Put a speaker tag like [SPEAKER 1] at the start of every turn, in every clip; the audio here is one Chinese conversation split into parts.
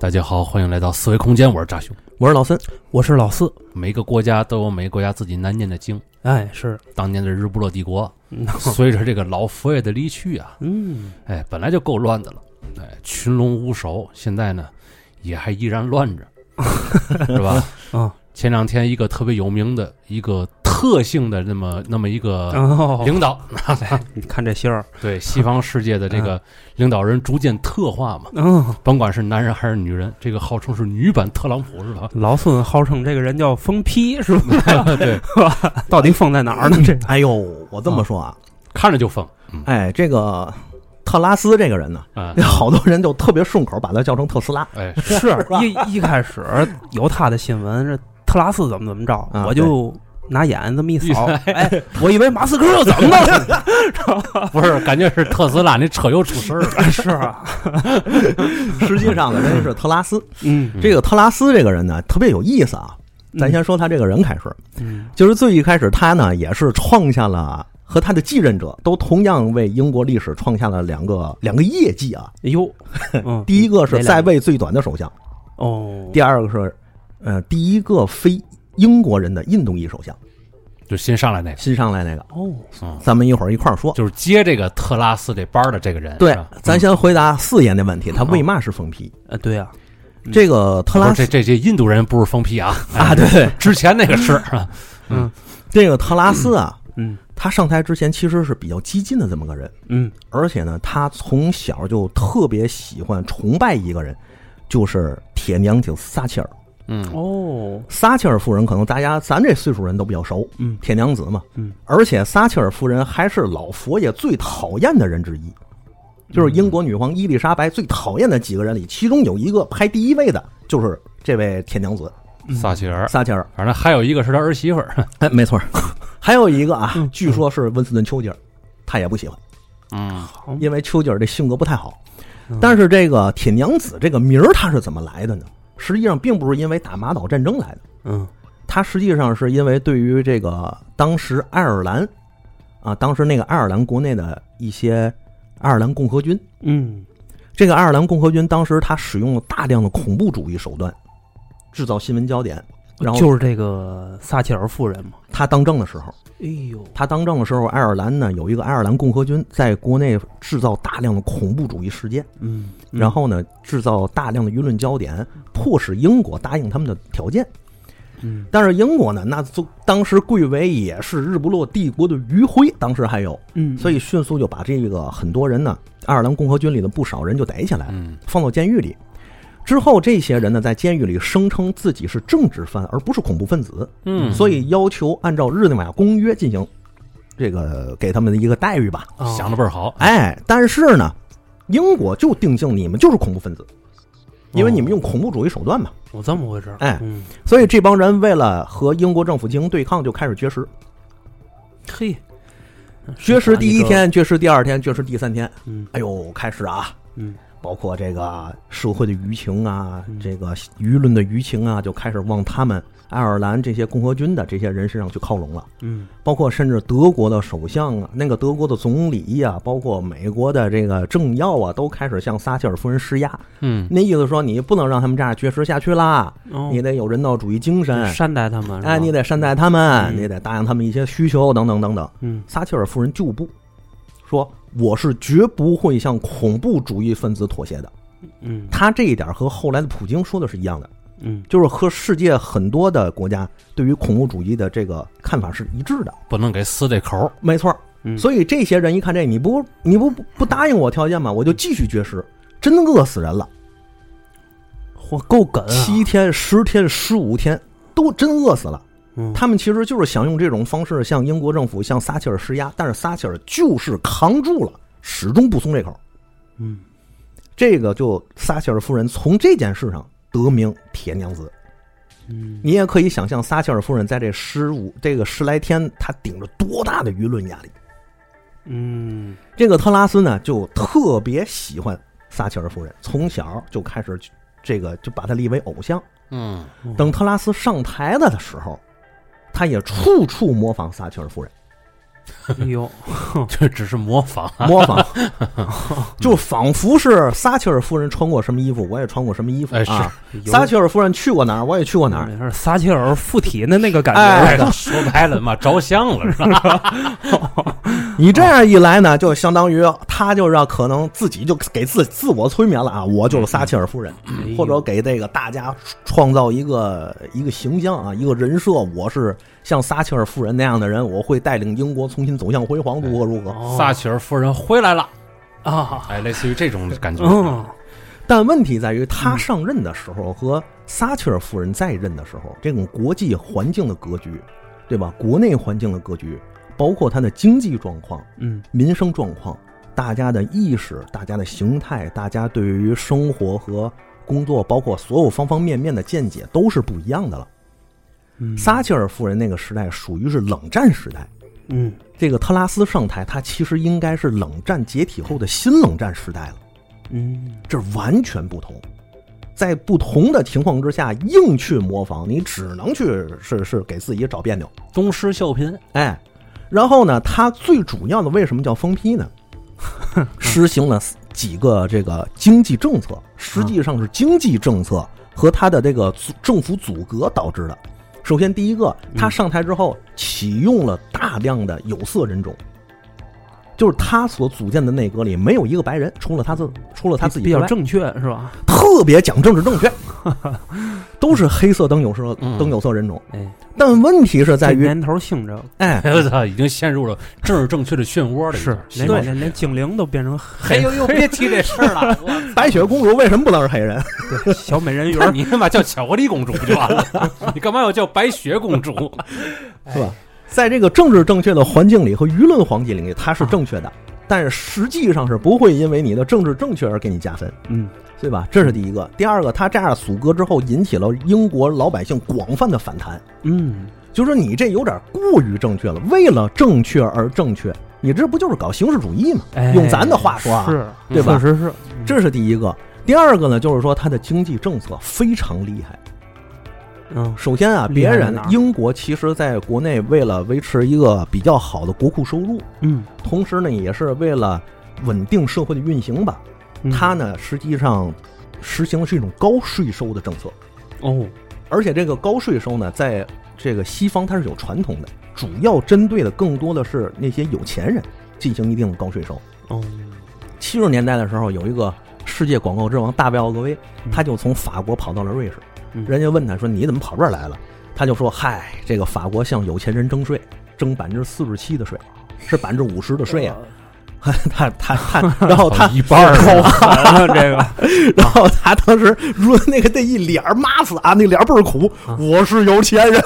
[SPEAKER 1] 大家好，欢迎来到思维空间，我是扎兄。
[SPEAKER 2] 我是老森，我是老四。
[SPEAKER 1] 每个国家都有每个国家自己难念的经。
[SPEAKER 2] 哎，是，
[SPEAKER 1] 当年的日不落帝国，随着这个老佛爷的离去啊，
[SPEAKER 2] 嗯，
[SPEAKER 1] 哎，本来就够乱的了，哎，群龙无首，现在呢也还依然乱着， 是吧？
[SPEAKER 2] 啊，
[SPEAKER 1] 前两天一个特别有名的一个特性的那么那么一个
[SPEAKER 2] 哦，
[SPEAKER 1] 领导，
[SPEAKER 2] 你 看这信儿，
[SPEAKER 1] 对西方世界的这个领导人逐渐特化嘛，
[SPEAKER 2] 嗯，？
[SPEAKER 1] 甭管是男人还是女人，这个号称是女版特朗普是吧
[SPEAKER 2] 老孙号称这个人叫疯批，是吧？嗯
[SPEAKER 1] 对，
[SPEAKER 2] 到底疯在哪儿呢？这
[SPEAKER 3] 哎呦，我这么说啊，
[SPEAKER 1] 看着就疯，嗯
[SPEAKER 3] 哎，这个特拉斯这个人呢，
[SPEAKER 1] 啊，
[SPEAKER 3] 好多人就特别顺口把他叫成特斯拉。
[SPEAKER 1] 哎，
[SPEAKER 2] 是啊一一开始有他的新闻，这特拉斯怎么怎么着，
[SPEAKER 3] 啊
[SPEAKER 2] 我就拿眼这么一扫，哎， 我以为马斯克又怎么了？
[SPEAKER 1] 不是，感觉是特斯拉那车又出事儿了。
[SPEAKER 2] 是啊，
[SPEAKER 3] 实际上呢，人家是特拉斯。
[SPEAKER 2] 嗯
[SPEAKER 3] 这个特拉斯这个人呢，特别有意思啊。咱先说他这个人开始，
[SPEAKER 2] 嗯
[SPEAKER 3] 就是最一开始他呢也是创下了和他的继任者都同样为英国历史创下了两个两个业绩啊。
[SPEAKER 2] 哎呦， 嗯，
[SPEAKER 3] 第一个
[SPEAKER 2] 哪
[SPEAKER 3] 是
[SPEAKER 2] 两
[SPEAKER 3] 在位最短的首相，
[SPEAKER 2] 哦，
[SPEAKER 3] 第二个是呃第一个非英国人的印度裔首相，
[SPEAKER 1] 就新上来那个，
[SPEAKER 3] 新上来那个，
[SPEAKER 2] 哦，
[SPEAKER 1] 嗯，
[SPEAKER 3] 咱们一会儿一块儿说。
[SPEAKER 1] 就是接这个特拉斯这班儿的这个人，
[SPEAKER 3] 对
[SPEAKER 1] 是吧，嗯
[SPEAKER 3] 咱先回答四爷那问题，他为嘛是疯批？
[SPEAKER 2] 呃，对呀，嗯
[SPEAKER 3] 这个特拉
[SPEAKER 1] 不是
[SPEAKER 3] 斯
[SPEAKER 1] 这这这印度人不是疯批 啊，
[SPEAKER 3] 啊，对对，
[SPEAKER 1] 之前那个是，啊
[SPEAKER 3] 这个特拉斯啊，
[SPEAKER 2] 嗯
[SPEAKER 3] 他上台之前其实是比较激进的这么个人，
[SPEAKER 2] 嗯，
[SPEAKER 3] 而且呢，他从小就特别喜欢崇拜一个人，就是铁娘子撒切尔。
[SPEAKER 1] 嗯，
[SPEAKER 2] 哦，
[SPEAKER 3] 撒切尔夫人可能大家咱这岁数人都比较熟，
[SPEAKER 2] 嗯
[SPEAKER 3] 铁娘子嘛，
[SPEAKER 2] 嗯，
[SPEAKER 3] 而且撒切尔夫人还是老佛爷最讨厌的人之一，就是英国女皇伊丽莎白最讨厌的几个人里，其中有一个排第一位的就是这位铁娘子
[SPEAKER 1] 嗯撒切
[SPEAKER 2] 嗯
[SPEAKER 1] 尔，
[SPEAKER 3] 撒切尔，
[SPEAKER 1] 反正还有一个是他儿媳妇儿，
[SPEAKER 3] 哎，没错儿， 还有一个啊，
[SPEAKER 2] 嗯
[SPEAKER 3] 据说是温斯顿丘吉尔，他也不喜欢，
[SPEAKER 1] 嗯，
[SPEAKER 2] 好，
[SPEAKER 3] 因为丘吉尔这性格不太好。
[SPEAKER 2] 嗯
[SPEAKER 3] 但是这个铁娘子这个名儿，它是怎么来的呢？实际上并不是因为打马岛战争来的，
[SPEAKER 2] 嗯
[SPEAKER 3] 它实际上是因为对于这个当时爱尔兰啊，当时那个爱尔兰国内的一些爱尔兰共和军，
[SPEAKER 2] 嗯，
[SPEAKER 3] 这个爱尔兰共和军当时他使用了大量的恐怖主义手段，制造新闻焦点。然后
[SPEAKER 2] 就是这个撒切尔夫人嘛，
[SPEAKER 3] 他当政的时候，
[SPEAKER 2] 哎呦，
[SPEAKER 3] 他当政的时候，爱尔兰呢有一个爱尔兰共和军在国内制造大量的恐怖主义事件，
[SPEAKER 2] 嗯，
[SPEAKER 3] 然后呢制造大量的舆论焦点，迫使英国答应他们的条件。
[SPEAKER 2] 嗯，
[SPEAKER 3] 但是英国呢，那就当时贵为也是日不落帝国的余晖，当时还有，
[SPEAKER 2] 嗯，
[SPEAKER 3] 所以迅速就把这个很多人呢，爱尔兰共和军里的不少人就逮起来，
[SPEAKER 1] 嗯，
[SPEAKER 3] 放到监狱里。之后，这些人呢，在监狱里声称自己是政治犯，而不是恐怖分子。
[SPEAKER 1] 嗯
[SPEAKER 3] 所以要求按照日内瓦公约进行这个给他们的一个待遇吧。
[SPEAKER 2] 哦
[SPEAKER 1] 想的倍儿好，
[SPEAKER 3] 哎，但是呢，英国就定性你们就是恐怖分子，因为你们用恐怖主义手段嘛。
[SPEAKER 2] 我哦这么回事儿，
[SPEAKER 3] 哎
[SPEAKER 2] 嗯，
[SPEAKER 3] 所以这帮人为了和英国政府进行对抗，就开始绝食。
[SPEAKER 2] 嘿，
[SPEAKER 3] 绝食第一
[SPEAKER 2] 是
[SPEAKER 3] 天，绝食第二天，绝食第三天。
[SPEAKER 2] 把那个，
[SPEAKER 3] 哎呦，开始啊！
[SPEAKER 2] 嗯
[SPEAKER 3] 包括这个社会的舆情啊
[SPEAKER 2] 嗯，
[SPEAKER 3] 这个舆论的舆情啊，就开始往他们爱尔兰这些共和军的这些人身上去靠拢了。
[SPEAKER 2] 嗯
[SPEAKER 3] 包括甚至德国的首相啊，那个德国的总理呀、包括美国的这个政要啊，都开始向撒切尔夫人施压。
[SPEAKER 1] 嗯，
[SPEAKER 3] 那意思说，你不能让他们这样绝食下去啦，
[SPEAKER 2] 嗯，哦
[SPEAKER 3] 你得有人道主义精神，
[SPEAKER 2] 善待他们，是吧
[SPEAKER 3] 哎，你，得善待他们，
[SPEAKER 2] 嗯
[SPEAKER 3] 你得答应他们一些需求，等等等等。
[SPEAKER 2] 嗯
[SPEAKER 3] 撒切尔夫人就不说，我是绝不会向恐怖主义分子妥协的。
[SPEAKER 2] 嗯
[SPEAKER 3] 他这一点和后来的普京说的是一样的，
[SPEAKER 2] 嗯，
[SPEAKER 3] 就是和世界很多的国家对于恐怖主义的这个看法是一致的。
[SPEAKER 1] 不能给撕这口儿，
[SPEAKER 3] 没错儿，
[SPEAKER 2] 嗯
[SPEAKER 3] 所以这些人一看这，你不你不不答应我条件吗？我就继续绝食，真饿死人了。
[SPEAKER 2] 嚯，够梗啊，
[SPEAKER 3] 七天、十天、十五天都真饿死了。
[SPEAKER 2] 嗯，
[SPEAKER 3] 他们其实就是想用这种方式向英国政府、向撒切尔施压，但是撒切尔就是扛住了，始终不松这口。
[SPEAKER 2] 嗯，
[SPEAKER 3] 这个就撒切尔夫人从这件事上得名“铁娘子”。
[SPEAKER 2] 嗯
[SPEAKER 3] 你也可以想象，撒切尔夫人在这十五这个十来天，她顶着多大的舆论压力。
[SPEAKER 2] 嗯
[SPEAKER 3] 这个特拉斯呢，就特别喜欢撒切尔夫人，从小就开始这个就把他立为偶像。
[SPEAKER 1] 嗯
[SPEAKER 3] 等特拉斯上台了的时候，他也处处模仿撒切尔夫人，
[SPEAKER 2] 哎呦，
[SPEAKER 1] 这只是模仿，
[SPEAKER 3] 模仿，就仿佛是撒切尔夫人穿过什么衣服，我也穿过什么衣服
[SPEAKER 1] 哎是
[SPEAKER 3] 啊。
[SPEAKER 2] 有嗯
[SPEAKER 3] 撒切尔夫人去过哪儿，我也去过哪儿。
[SPEAKER 2] 没事，撒切尔附体的那个感
[SPEAKER 3] 哎
[SPEAKER 2] 觉，
[SPEAKER 1] 哎 说白了嘛，着相了是吧？
[SPEAKER 3] 你这样一来呢，就相当于他就让可能自己就给自自我催眠了啊，我就是撒切尔夫人，
[SPEAKER 2] 哎呦
[SPEAKER 3] 或者给这个大家创造一个一个形象啊，一个人设，我是像撒切尔夫人那样的人，我会带领英国重新走向辉煌，如何如何。
[SPEAKER 2] 哦
[SPEAKER 1] 撒切尔夫人回来了，
[SPEAKER 2] 啊，
[SPEAKER 1] 哎，类似于这种感觉。
[SPEAKER 2] 嗯，
[SPEAKER 3] 但问题在于，他上任的时候和撒切尔夫人在任的时候，这种国际环境的格局，对吧？国内环境的格局，包括他的经济状况、
[SPEAKER 2] 嗯
[SPEAKER 3] 民生状况、大家的意识、大家的形态、大家对于生活和工作，包括所有方方面面的见解，都是不一样的了。
[SPEAKER 2] 嗯，
[SPEAKER 3] 撒切尔夫人那个时代属于是冷战时代，
[SPEAKER 2] 嗯
[SPEAKER 3] 这个特拉斯上台，他其实应该是冷战解体后的新冷战时代了。
[SPEAKER 2] 嗯，
[SPEAKER 3] 这完全不同。在不同的情况之下，硬去模仿，你只能去是是给自己找别扭。
[SPEAKER 1] 东施效颦，
[SPEAKER 3] 哎，然后呢，他最主要的为什么叫封批呢？ 施行了几个这个经济政策，实际上是经济政策和他的这个阻政府阻隔导致的。首先，第一个，
[SPEAKER 2] 嗯
[SPEAKER 3] 他上台之后启用了大量的有色人种，就是他所组建的内阁里没有一个白人，除了他自除了他自己
[SPEAKER 2] 比
[SPEAKER 3] 之
[SPEAKER 2] 较
[SPEAKER 3] 外
[SPEAKER 2] 正确是吧？
[SPEAKER 3] 特别讲政治正 确，都是黑色灯有色灯有色人种。
[SPEAKER 2] 哎，
[SPEAKER 3] 但问题是在
[SPEAKER 2] 这
[SPEAKER 3] 于，
[SPEAKER 2] 年头兴这个，
[SPEAKER 3] 哎，
[SPEAKER 1] 哎我操，已经陷入了政治正确的漩涡里。
[SPEAKER 2] 是
[SPEAKER 1] 现
[SPEAKER 2] 连
[SPEAKER 1] 在
[SPEAKER 2] 连连精灵都变成
[SPEAKER 1] 哎
[SPEAKER 2] 黑
[SPEAKER 1] 呦呦，别提这事儿 了，我
[SPEAKER 3] 白雪公主为什么不能是黑人？
[SPEAKER 2] 对小美人鱼儿，
[SPEAKER 1] 你他妈叫巧克力公主不就完 了？你干嘛要叫白雪公主？
[SPEAKER 2] 哎
[SPEAKER 3] 是吧？在这个政治正确的环境里和舆论环境里，它是正
[SPEAKER 2] 啊
[SPEAKER 3] 确的，但是实际上是不会因为你的政治正确而给你加分，
[SPEAKER 2] 嗯
[SPEAKER 3] 对吧？这是第一个。第二个，他这样阻隔之后，引起了英国老百姓广泛的反弹，
[SPEAKER 2] 嗯，
[SPEAKER 3] 就说你这有点过于正确了，为了正确而正确，你这不就是搞形式主义吗？
[SPEAKER 2] 哎
[SPEAKER 3] 用咱的话说啊，
[SPEAKER 2] 是，
[SPEAKER 3] 对吧
[SPEAKER 2] 确实是，
[SPEAKER 3] 这是第一个。第二个呢，就是说他的经济政策非常厉害。
[SPEAKER 2] 嗯
[SPEAKER 3] 首先啊，
[SPEAKER 2] 厉
[SPEAKER 3] 别
[SPEAKER 2] 害在
[SPEAKER 3] 人
[SPEAKER 2] 哪儿
[SPEAKER 3] 英国其实在国内为了维持一个比较好的国库收入，
[SPEAKER 2] 嗯，
[SPEAKER 3] 同时呢，也是为了稳定社会的运行吧。
[SPEAKER 2] 嗯
[SPEAKER 3] 它呢，实际上实行的是一种高税收的政策，
[SPEAKER 2] 哦，
[SPEAKER 3] 而且这个高税收呢，在这个西方它是有传统的，主要针对的更多的是那些有钱人进行一定的高税收。
[SPEAKER 2] 哦，
[SPEAKER 3] 七十年代的时候，有一个世界广告之王大卫奥格威，
[SPEAKER 2] 嗯
[SPEAKER 3] 他就从法国跑到了瑞士。
[SPEAKER 2] 嗯
[SPEAKER 3] 人家问他说：“你怎么跑这儿来了？”他就说：“嗨，这个法国向有钱人征税，征百分之四十七的税，是百分之五十的税啊。 他他他，然后他
[SPEAKER 1] 一半儿
[SPEAKER 2] 好烦啊，这个，
[SPEAKER 3] 然后他当时如那个那一脸儿骂死啊，那脸儿倍儿苦。我是有钱人，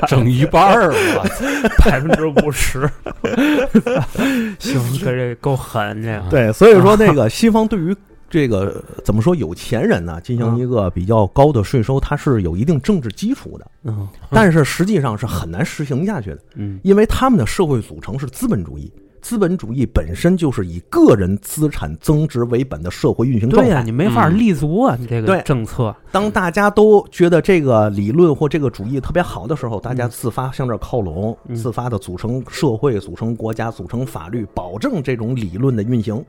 [SPEAKER 1] 整一半儿，啊我操
[SPEAKER 2] 百分之五 十，行，这这够狠这个，
[SPEAKER 3] 对，所以说那个西方对于。这个怎么说？有钱人呢，进行一个比较高的税收，它是有一定政治基础的，
[SPEAKER 2] 嗯
[SPEAKER 3] 但是实际上是很难实行下去的。
[SPEAKER 2] 嗯
[SPEAKER 3] 因为他们的社会组成是资本主义，资本主义本身就是以个人资产增值为本的社会运行状
[SPEAKER 2] 对
[SPEAKER 3] 态。
[SPEAKER 2] 呀，你没法
[SPEAKER 1] 嗯
[SPEAKER 2] 立足啊，你这个
[SPEAKER 3] 对
[SPEAKER 2] 政策，
[SPEAKER 3] 当大家都觉得这个理论或这个主义特别好的时候，大家自发向这儿靠拢，
[SPEAKER 2] 嗯
[SPEAKER 3] 自发的组成社会、组成国家、组成法律，保证这种理论的运行。
[SPEAKER 2] 嗯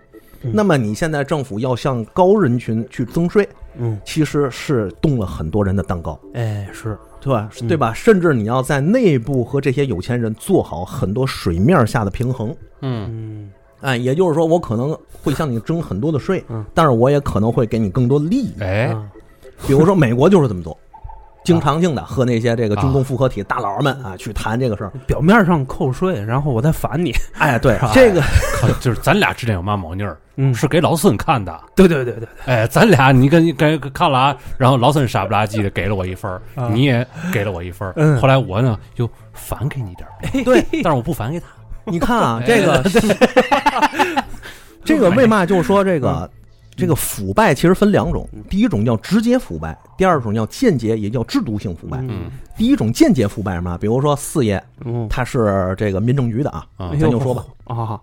[SPEAKER 3] 那么你现在政府要向高人群去增税，
[SPEAKER 2] 嗯，
[SPEAKER 3] 其实是动了很多人的蛋糕，
[SPEAKER 2] 哎是，
[SPEAKER 3] 对吧？
[SPEAKER 2] 嗯
[SPEAKER 3] 对吧？甚至你要在内部和这些有钱人做好很多水面下的平衡。
[SPEAKER 1] 嗯，
[SPEAKER 2] 嗯
[SPEAKER 3] 哎，也就是说，我可能会向你征很多的税，
[SPEAKER 2] 嗯
[SPEAKER 3] 但是我也可能会给你更多的利益。
[SPEAKER 1] 哎，
[SPEAKER 2] 啊
[SPEAKER 3] 比如说，美国就是这 么做，经常性的和那些这个军工复合体大佬们啊去谈这个事儿。
[SPEAKER 2] 表面上扣税，然后我再返 你，
[SPEAKER 3] 哎，对
[SPEAKER 1] 是吧，
[SPEAKER 3] 这个
[SPEAKER 1] 靠，就是咱俩之间有嘛猫腻儿，
[SPEAKER 2] 嗯
[SPEAKER 1] 是给老孙看的。
[SPEAKER 2] 对对对对，
[SPEAKER 1] 哎，咱俩你跟跟看了啊，然后老孙傻不拉几的给了我一分儿，
[SPEAKER 2] 啊
[SPEAKER 1] 你也给了我一分儿。
[SPEAKER 2] 嗯
[SPEAKER 1] 后来我呢又返给你点儿，
[SPEAKER 3] 对，
[SPEAKER 1] 但是我不返给他。
[SPEAKER 3] 你看啊，这个 这个为嘛就说这个这个腐败其实分两种，第一种叫直接腐败，第二种叫间接，也叫制度性腐败。
[SPEAKER 1] 嗯
[SPEAKER 3] 第一种间接腐败是嘛，比如说四爷
[SPEAKER 2] 嗯，
[SPEAKER 3] 他是这个民政局的啊，
[SPEAKER 1] 啊
[SPEAKER 2] 哎，呦
[SPEAKER 3] 咱就说吧，
[SPEAKER 2] 啊，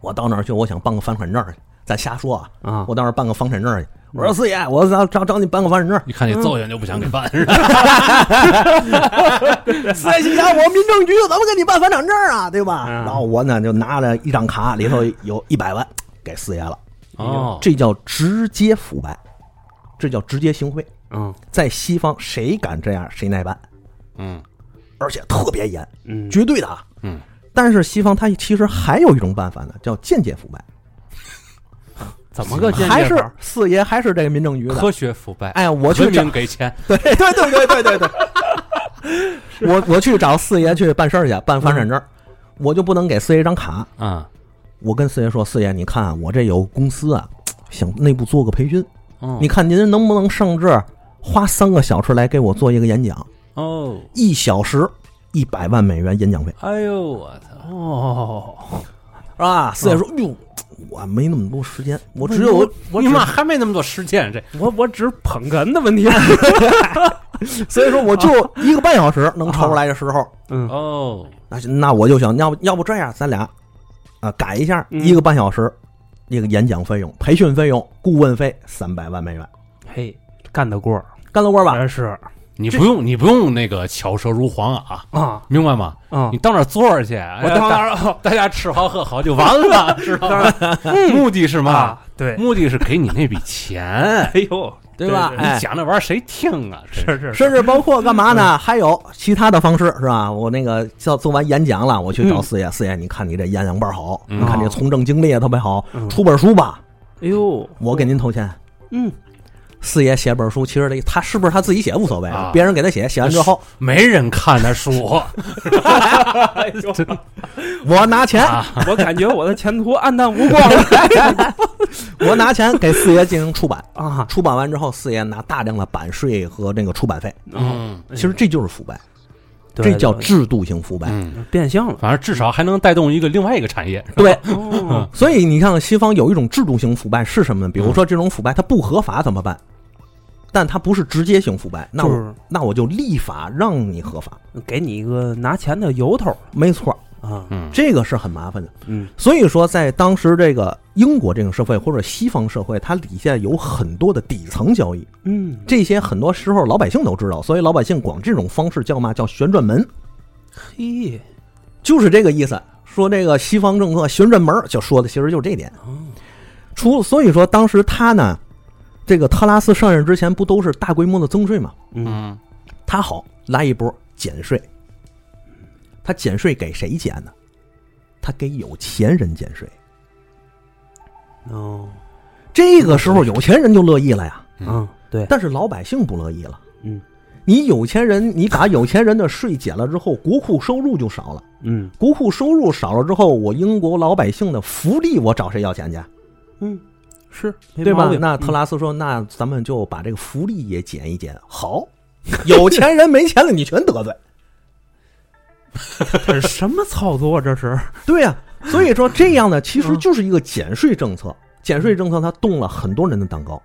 [SPEAKER 3] 我到那儿去，我想办个房产证儿去，咱瞎说啊，
[SPEAKER 2] 啊，
[SPEAKER 3] 我到那儿办个房产证儿去。我说四爷，我找找找你办个房产证儿。
[SPEAKER 1] 一看你揍性就不想给办，是吧？
[SPEAKER 3] 四爷心想，我民政局怎么给你办房产证儿啊？对吧？
[SPEAKER 2] 嗯
[SPEAKER 3] 然后我呢就拿了一张卡，里头有一百万给四爷了。
[SPEAKER 1] 哦，
[SPEAKER 3] 这叫直接腐败，这叫直接行贿。
[SPEAKER 2] 嗯
[SPEAKER 3] 在西方，谁敢这样，谁耐办，
[SPEAKER 1] 嗯
[SPEAKER 3] 而且特别严，
[SPEAKER 2] 嗯，
[SPEAKER 3] 绝对的啊。
[SPEAKER 1] 嗯，
[SPEAKER 3] 但是西方它其实还有一种办法呢，叫间接腐败，
[SPEAKER 2] 怎么个间接法
[SPEAKER 3] 还是四爷还是这个民政局的。
[SPEAKER 1] 科学腐败，
[SPEAKER 3] 哎，我去
[SPEAKER 1] 文
[SPEAKER 3] 找
[SPEAKER 1] 明，给钱，
[SPEAKER 3] 对对对对对对对， 我我去找四爷去办事儿去，办房产证
[SPEAKER 2] 嗯
[SPEAKER 3] 儿，我就不能给四爷一张卡。
[SPEAKER 1] 啊，
[SPEAKER 3] 我跟四爷说，四爷，你看啊我这有公司啊，想内部做个培训，
[SPEAKER 1] 哦
[SPEAKER 3] 你看您能不能上这儿花三个小时来给我做一个演讲？
[SPEAKER 1] 哦，
[SPEAKER 3] 一小时一百万美元演讲费
[SPEAKER 1] 哎呦我操，
[SPEAKER 2] 哦，
[SPEAKER 3] 啊！四爷说：“哟，我没那么多时间，我只
[SPEAKER 2] 我
[SPEAKER 3] 有
[SPEAKER 2] 我
[SPEAKER 1] 你
[SPEAKER 2] 只
[SPEAKER 1] 妈还没那么多时间，这
[SPEAKER 2] 我我只是捧哏的 问题，
[SPEAKER 3] 所以说我就啊一个半小时能抽出来的时候，
[SPEAKER 2] 嗯
[SPEAKER 1] 哦，
[SPEAKER 3] 那就那我就想，要不要不这样，咱俩啊改一下，
[SPEAKER 2] 嗯
[SPEAKER 3] 一个半小时，那个演讲费用、培训费用、顾问费三百万美元，
[SPEAKER 2] 嘿，干得过，
[SPEAKER 3] 干得过吧？
[SPEAKER 2] 还是
[SPEAKER 1] 你不用你不用那个巧舌如簧啊，
[SPEAKER 2] 啊
[SPEAKER 1] 明白吗？
[SPEAKER 2] 啊
[SPEAKER 1] 你，到那儿坐着去，哦我
[SPEAKER 2] 我到那儿
[SPEAKER 1] 大家吃好喝好就完了， 知道 吗？目的是嘛？
[SPEAKER 2] 啊，对，
[SPEAKER 1] 目的是给你那笔 钱，
[SPEAKER 2] 哎呦，
[SPEAKER 3] 对吧
[SPEAKER 2] 对
[SPEAKER 1] 你
[SPEAKER 3] 哎
[SPEAKER 1] 讲那玩意儿谁听啊？这
[SPEAKER 2] 是是
[SPEAKER 3] 甚至包括干嘛呢？还有其他的方式是吧？我那个叫做完演讲了，我去找
[SPEAKER 2] 嗯
[SPEAKER 3] 四爷，四爷，你看你这演讲班好，
[SPEAKER 1] 嗯
[SPEAKER 3] 你看你从政经历也特别好，
[SPEAKER 2] 嗯
[SPEAKER 3] 出本书吧，
[SPEAKER 2] 哎呦，
[SPEAKER 3] 我给您投钱。
[SPEAKER 2] 嗯，
[SPEAKER 3] 四爷写本书，其实这他是不是他自己写无所谓
[SPEAKER 1] 啊
[SPEAKER 3] 别人给他写，写完之后
[SPEAKER 1] 没人看那书
[SPEAKER 2] 哎呦，
[SPEAKER 3] 我拿钱，
[SPEAKER 1] 啊，
[SPEAKER 2] 我感觉我的前途暗淡无光了
[SPEAKER 3] 我拿钱给四爷进行出版，
[SPEAKER 2] 啊，
[SPEAKER 3] 出版完之后，四爷拿大量的版税和那个出版费，
[SPEAKER 1] 嗯
[SPEAKER 3] 其实这就是腐败，
[SPEAKER 2] 对
[SPEAKER 3] 这叫
[SPEAKER 2] 对
[SPEAKER 3] 制度性腐败。
[SPEAKER 1] 嗯，
[SPEAKER 2] 变相了，
[SPEAKER 1] 反正至少还能带动一个另外一个产业，
[SPEAKER 3] 对，
[SPEAKER 2] 哦，
[SPEAKER 3] 所以你看西方有一种制度性腐败是什么呢？比如说这种腐败它不合法怎么办？但它不是直接性腐败， 那
[SPEAKER 2] 就
[SPEAKER 3] 我
[SPEAKER 2] 是
[SPEAKER 3] 那我就立法让你合法，
[SPEAKER 2] 给你一个拿钱的由头
[SPEAKER 3] 没错，
[SPEAKER 2] 啊，
[SPEAKER 1] 嗯
[SPEAKER 3] 这个是很麻烦的。
[SPEAKER 2] 嗯
[SPEAKER 3] 所以说，在当时这个英国这个社会或者西方社会，它底下有很多的底层交易，
[SPEAKER 2] 嗯，
[SPEAKER 3] 这些很多时候老百姓都知道，所以老百姓管这种方式叫嘛？叫旋转门，
[SPEAKER 2] 嘿，
[SPEAKER 3] 就是这个意思。说这个西方政客旋转门，就说的其实就是这点。除所以说，当时他呢，这个特拉斯上任之前不都是大规模的增税嘛？
[SPEAKER 2] 嗯
[SPEAKER 1] 嗯
[SPEAKER 3] 他好来一波减税，他减税给谁减呢？他给有钱人减税。
[SPEAKER 2] 哦，
[SPEAKER 3] 这个时候有钱人就乐意了呀。
[SPEAKER 2] 嗯，对，
[SPEAKER 3] 但是老百姓不乐意了。
[SPEAKER 2] 嗯，
[SPEAKER 3] 你有钱人，你把有钱人的税减了之后，国库收入就少了。
[SPEAKER 2] 嗯
[SPEAKER 3] 国库收入少了之后，我英国老百姓的福利，我找谁要钱去？
[SPEAKER 2] 嗯，是
[SPEAKER 3] 对吧？那特
[SPEAKER 2] 拉
[SPEAKER 3] 拉斯说，那咱们就把这个福利也减一减。 好，有钱人没钱了，你全得罪。
[SPEAKER 2] 这是什么操作？啊这是
[SPEAKER 3] 对呀、所以说这样呢，其实就是一个减税政策。减税政策，它动了很多人的蛋糕。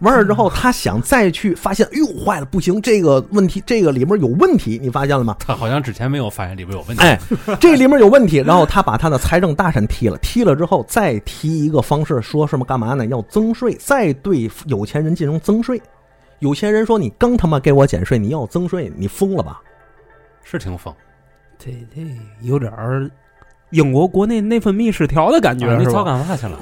[SPEAKER 3] 完事之后，他想再去发现，哎呦，坏了，不行，这个问题，这个里面有问题，你发现了吗？
[SPEAKER 1] 他好像之前没有发现里边有问题，
[SPEAKER 3] 哎，这里面有问题。然后他把他的财政大臣踢了，踢了之后再提一个方式，说什么干嘛呢？要增税，再对有钱人进行增税。有钱人说：“你刚他妈给我减税，你要增税，你疯了吧
[SPEAKER 1] 是挺疯，
[SPEAKER 2] 这这有点儿英国国内内分泌失调的感觉
[SPEAKER 1] 啊，你
[SPEAKER 2] 是
[SPEAKER 1] 早
[SPEAKER 2] 吧？
[SPEAKER 1] 干嘛去了？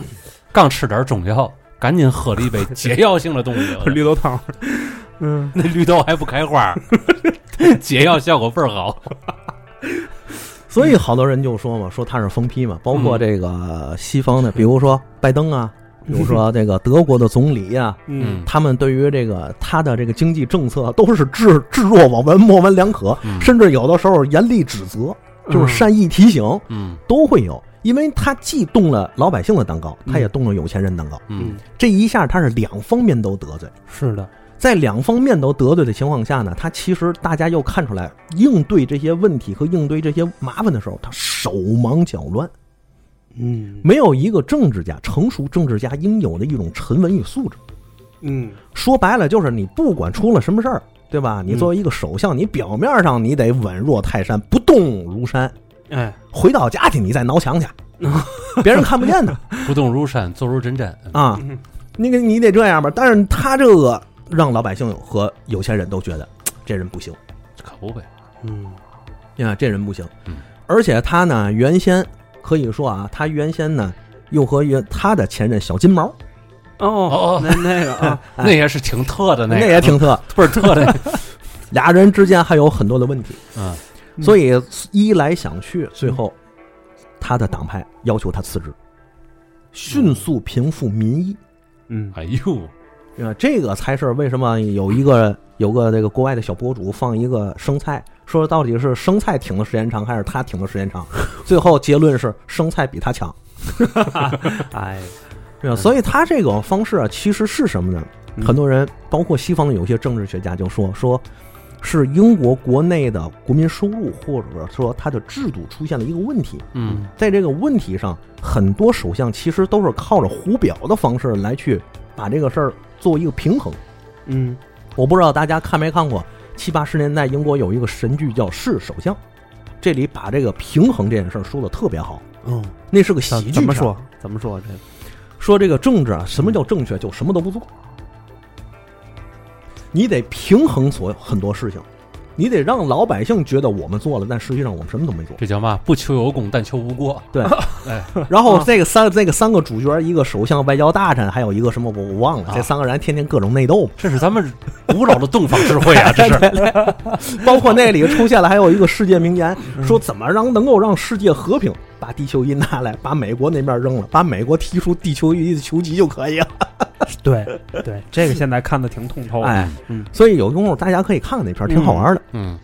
[SPEAKER 1] 刚吃点中药，赶紧喝了一杯解药性的东西， 我
[SPEAKER 2] 绿豆汤， 嗯，
[SPEAKER 1] 那绿豆还不开花，解药效果倍儿好。？”
[SPEAKER 3] 所以好多人就说嘛，说他是疯批嘛，包括这个西方的，比如说拜登啊，比如说这个德国的总理啊，
[SPEAKER 2] 嗯
[SPEAKER 3] 他们对于这个他的这个经济政策都是置置若罔闻、莫文良可，
[SPEAKER 1] 嗯
[SPEAKER 3] 甚至有的时候严厉指责，
[SPEAKER 2] 嗯
[SPEAKER 3] 就是善意提醒。
[SPEAKER 1] 嗯
[SPEAKER 3] 都会有，因为他既动了老百姓的蛋糕，他也动了有钱人蛋糕。
[SPEAKER 1] 嗯
[SPEAKER 2] 嗯，
[SPEAKER 3] 这一下他是两方面都得罪，
[SPEAKER 2] 是的，
[SPEAKER 3] 在两方面都得罪的情况下呢，他其实大家又看出来，应对这些问题和应对这些麻烦的时候，他手忙脚乱，
[SPEAKER 2] 嗯
[SPEAKER 3] 没有一个政治家成熟政治家应有的一种沉稳与素质。
[SPEAKER 2] 嗯，
[SPEAKER 3] 说白了就是你不管出了什么事儿，对吧？你作为一个首相，你表面上你得稳若泰山，不动如山，
[SPEAKER 2] 哎，
[SPEAKER 3] 回到家去你再挠墙去。别人看不见的
[SPEAKER 1] 不动如山，坐如针毡。
[SPEAKER 3] 啊。
[SPEAKER 2] 嗯
[SPEAKER 3] 那个你得这样吧，但是他这个让老百姓和有钱人都觉得这人不行
[SPEAKER 1] 可不呗，
[SPEAKER 2] 嗯
[SPEAKER 3] 啊，这人不行
[SPEAKER 1] 嗯。
[SPEAKER 3] 而且他呢，原先可以说啊，他原先呢又和原他的前任小金 毛，
[SPEAKER 1] 哦
[SPEAKER 2] 哦，那那个啊，
[SPEAKER 3] 哎
[SPEAKER 1] 那也是挺特的，
[SPEAKER 3] 那
[SPEAKER 1] 个
[SPEAKER 3] 也挺特，
[SPEAKER 1] 倍儿 特的。
[SPEAKER 3] 俩人之间还有很多的问题，
[SPEAKER 1] 嗯，
[SPEAKER 2] 嗯
[SPEAKER 3] 所以一来想去，最后他的党派要求他辞职，
[SPEAKER 1] 哦
[SPEAKER 3] 迅速平复民意。
[SPEAKER 2] 嗯
[SPEAKER 1] 哎呦，
[SPEAKER 3] 啊，这个才是为什么有一个有个这个国外的小博主放一个生菜，说到底是生菜挺的时间长，还是他挺的时间长？最后结论是生菜比他强，
[SPEAKER 2] 哎，
[SPEAKER 3] 对吧？所以他这种方式啊，其实是什么呢？
[SPEAKER 2] 嗯
[SPEAKER 3] 很多人，包括西方的有些政治学家就说，说是英国国内的国民收入，或者说它的制度出现了一个问题。
[SPEAKER 1] 嗯
[SPEAKER 3] 在这个问题上，很多首相其实都是靠着胡表的方式来去把这个事儿做一个平衡。
[SPEAKER 2] 嗯
[SPEAKER 3] 我不知道大家看没看过，七八十年代英国有一个神剧叫《是首相》，这里把这个平衡这件事儿说的特别好。
[SPEAKER 2] 哦，
[SPEAKER 3] 那是个喜
[SPEAKER 2] 怎
[SPEAKER 3] 剧
[SPEAKER 2] 怎么
[SPEAKER 3] 片儿
[SPEAKER 2] 说？怎么说这个？
[SPEAKER 3] 说这个政治啊，什么叫正确？就什么都不做，你得平衡所有很多事情，你得让老百姓觉得我们做了，但实际上我们什么都没做。
[SPEAKER 1] 这叫嘛？不求有功，但求无过。
[SPEAKER 3] 对，
[SPEAKER 1] 哎，
[SPEAKER 3] 然
[SPEAKER 2] 啊
[SPEAKER 3] 后这个三这个三个主角，一个首相、外交大臣，还有一个什么我我忘了，
[SPEAKER 1] 啊
[SPEAKER 3] 这三个人天天各种内斗嘛。
[SPEAKER 1] 这是咱们古老的东方智慧啊！这是
[SPEAKER 3] 包括那里出现了还有一个世界名言，说怎么让能够让世界和平，把地球仪拿来，把美国那边扔了，把美国踢出地球仪的球籍就可以了。
[SPEAKER 2] 对 对，这个现在看的挺通透。
[SPEAKER 3] 哎
[SPEAKER 2] 嗯，
[SPEAKER 3] 所以有功夫大家可以看看那片儿，挺好玩的。
[SPEAKER 1] 嗯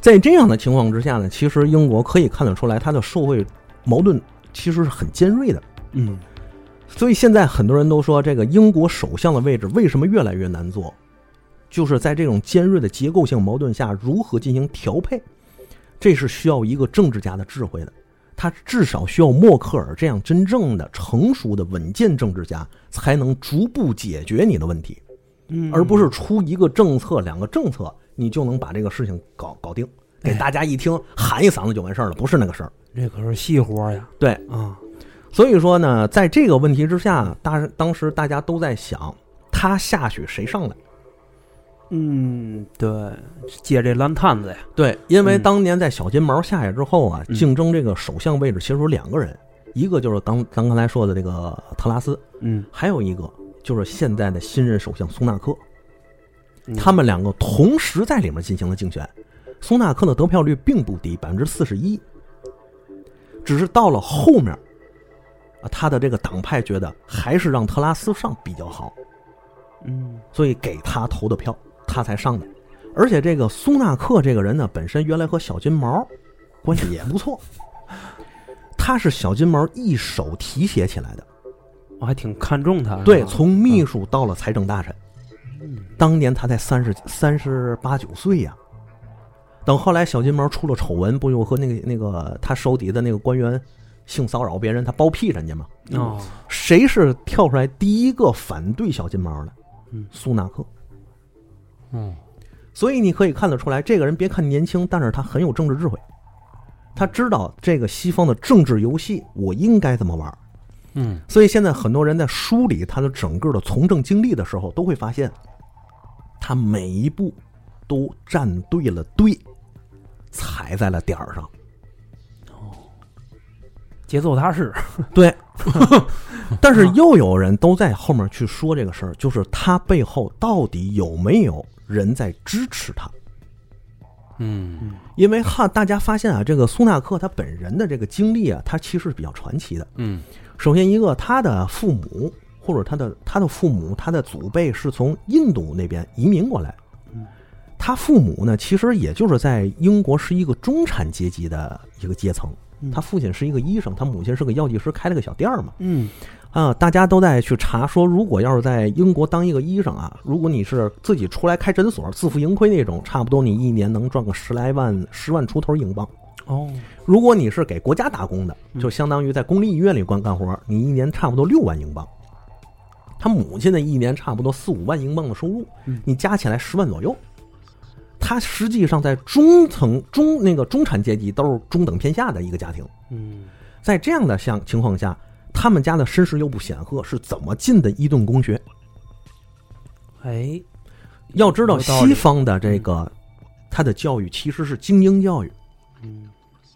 [SPEAKER 3] 在这样的情况之下呢，其实英国可以看得出来，它的社会矛盾其实是很尖锐的。
[SPEAKER 2] 嗯
[SPEAKER 3] 所以现在很多人都说，这个英国首相的位置为什么越来越难做，就是在这种尖锐的结构性矛盾下，如何进行调配，这是需要一个政治家的智慧的。他至少需要默克尔这样真正的成熟的稳健政治家，才能逐步解决你的问题，
[SPEAKER 2] 嗯
[SPEAKER 3] 而不是出一个政策、两个政策，你就能把这个事情搞搞定。给大家一听喊一嗓子就完事儿了，不是那个事儿。
[SPEAKER 2] 这可是细活呀。
[SPEAKER 3] 对
[SPEAKER 2] 啊，
[SPEAKER 3] 所以说呢，在这个问题之下，大当时大家都在想，他下去谁上来？
[SPEAKER 2] 嗯，对，借这烂摊子呀。
[SPEAKER 3] 对，因为
[SPEAKER 2] 嗯
[SPEAKER 3] 当年在小金毛下去之后啊，
[SPEAKER 2] 嗯
[SPEAKER 3] 竞争这个首相位置其实有两个人，一个就是刚咱刚才说的这个特拉斯，
[SPEAKER 2] 嗯，
[SPEAKER 3] 还有一个就是现在的新任首相苏纳克，
[SPEAKER 2] 嗯
[SPEAKER 3] 他们两个同时在里面进行了竞选。苏纳克的得票率并不低，百分之四十一，只是到了后面，啊，他的这个党派觉得还是让特拉斯上比较好。
[SPEAKER 2] 嗯
[SPEAKER 3] 所以给他投的票，他才上的。而且这个苏纳克这个人呢，本身原来和小金毛关系也不错，他是小金毛一手提携起来的。
[SPEAKER 2] 我还挺看重他。啊
[SPEAKER 3] 对，
[SPEAKER 2] 是吧
[SPEAKER 3] 从秘书到了财政大臣，当年他才三十三十八九岁呀、等后来小金毛出了丑闻，不又和那个那个他手底下的那个官员性骚扰别人，他包庇人家吗？
[SPEAKER 2] 哦，
[SPEAKER 3] 谁是跳出来第一个反对小金毛的？
[SPEAKER 2] 嗯
[SPEAKER 3] 苏纳克。
[SPEAKER 1] 嗯，
[SPEAKER 3] 所以你可以看得出来，这个人别看年轻，但是他很有政治智慧，他知道这个西方的政治游戏我应该怎么玩。
[SPEAKER 1] 嗯，
[SPEAKER 3] 所以现在很多人在梳理他的整个的从政经历的时候，都会发现，他每一步都站对了队，踩在了点儿上。
[SPEAKER 2] 节奏踏实。
[SPEAKER 3] 对， 但是又有人都在后面去说这个事儿，就是他背后到底有没有人在支持他？
[SPEAKER 1] 嗯
[SPEAKER 3] 因为哈，大家发现啊，这个苏纳克他本人的这个经历啊，他其实是比较传奇的。
[SPEAKER 1] 嗯
[SPEAKER 3] 首先一个，他的父母或者他的他的父母，他的祖辈是从印度那边移民过来
[SPEAKER 2] 嗯。
[SPEAKER 3] 他父母呢，其实也就是在英国是一个中产阶级的一个阶层。
[SPEAKER 2] 嗯
[SPEAKER 3] 他父亲是一个医生，他母亲是个药剂师，开了个小店儿嘛。
[SPEAKER 2] 嗯
[SPEAKER 3] 啊，大家都在去查说，如果要是在英国当一个医生啊，如果你是自己出来开诊所，自负盈亏那种，差不多你一年能赚个十来万、十万出头英镑。
[SPEAKER 2] 哦，
[SPEAKER 3] 如果你是给国家打工的，
[SPEAKER 2] 嗯
[SPEAKER 3] 就相当于在公立医院里干干活，你一年差不多六万英镑。他母亲的一年差不多四五万英镑的收入
[SPEAKER 2] 嗯，
[SPEAKER 3] 你加起来十万左右。他实际上在中层中那个中产阶级都是中等偏下的一个家庭，
[SPEAKER 2] 嗯
[SPEAKER 3] 在这样的像情况下，他们家的身世又不显赫，是怎么进的伊顿公学？
[SPEAKER 2] 哎，
[SPEAKER 3] 要知道，
[SPEAKER 2] 有道理
[SPEAKER 3] 西方的这个他的教育其实是精英教育，
[SPEAKER 2] 嗯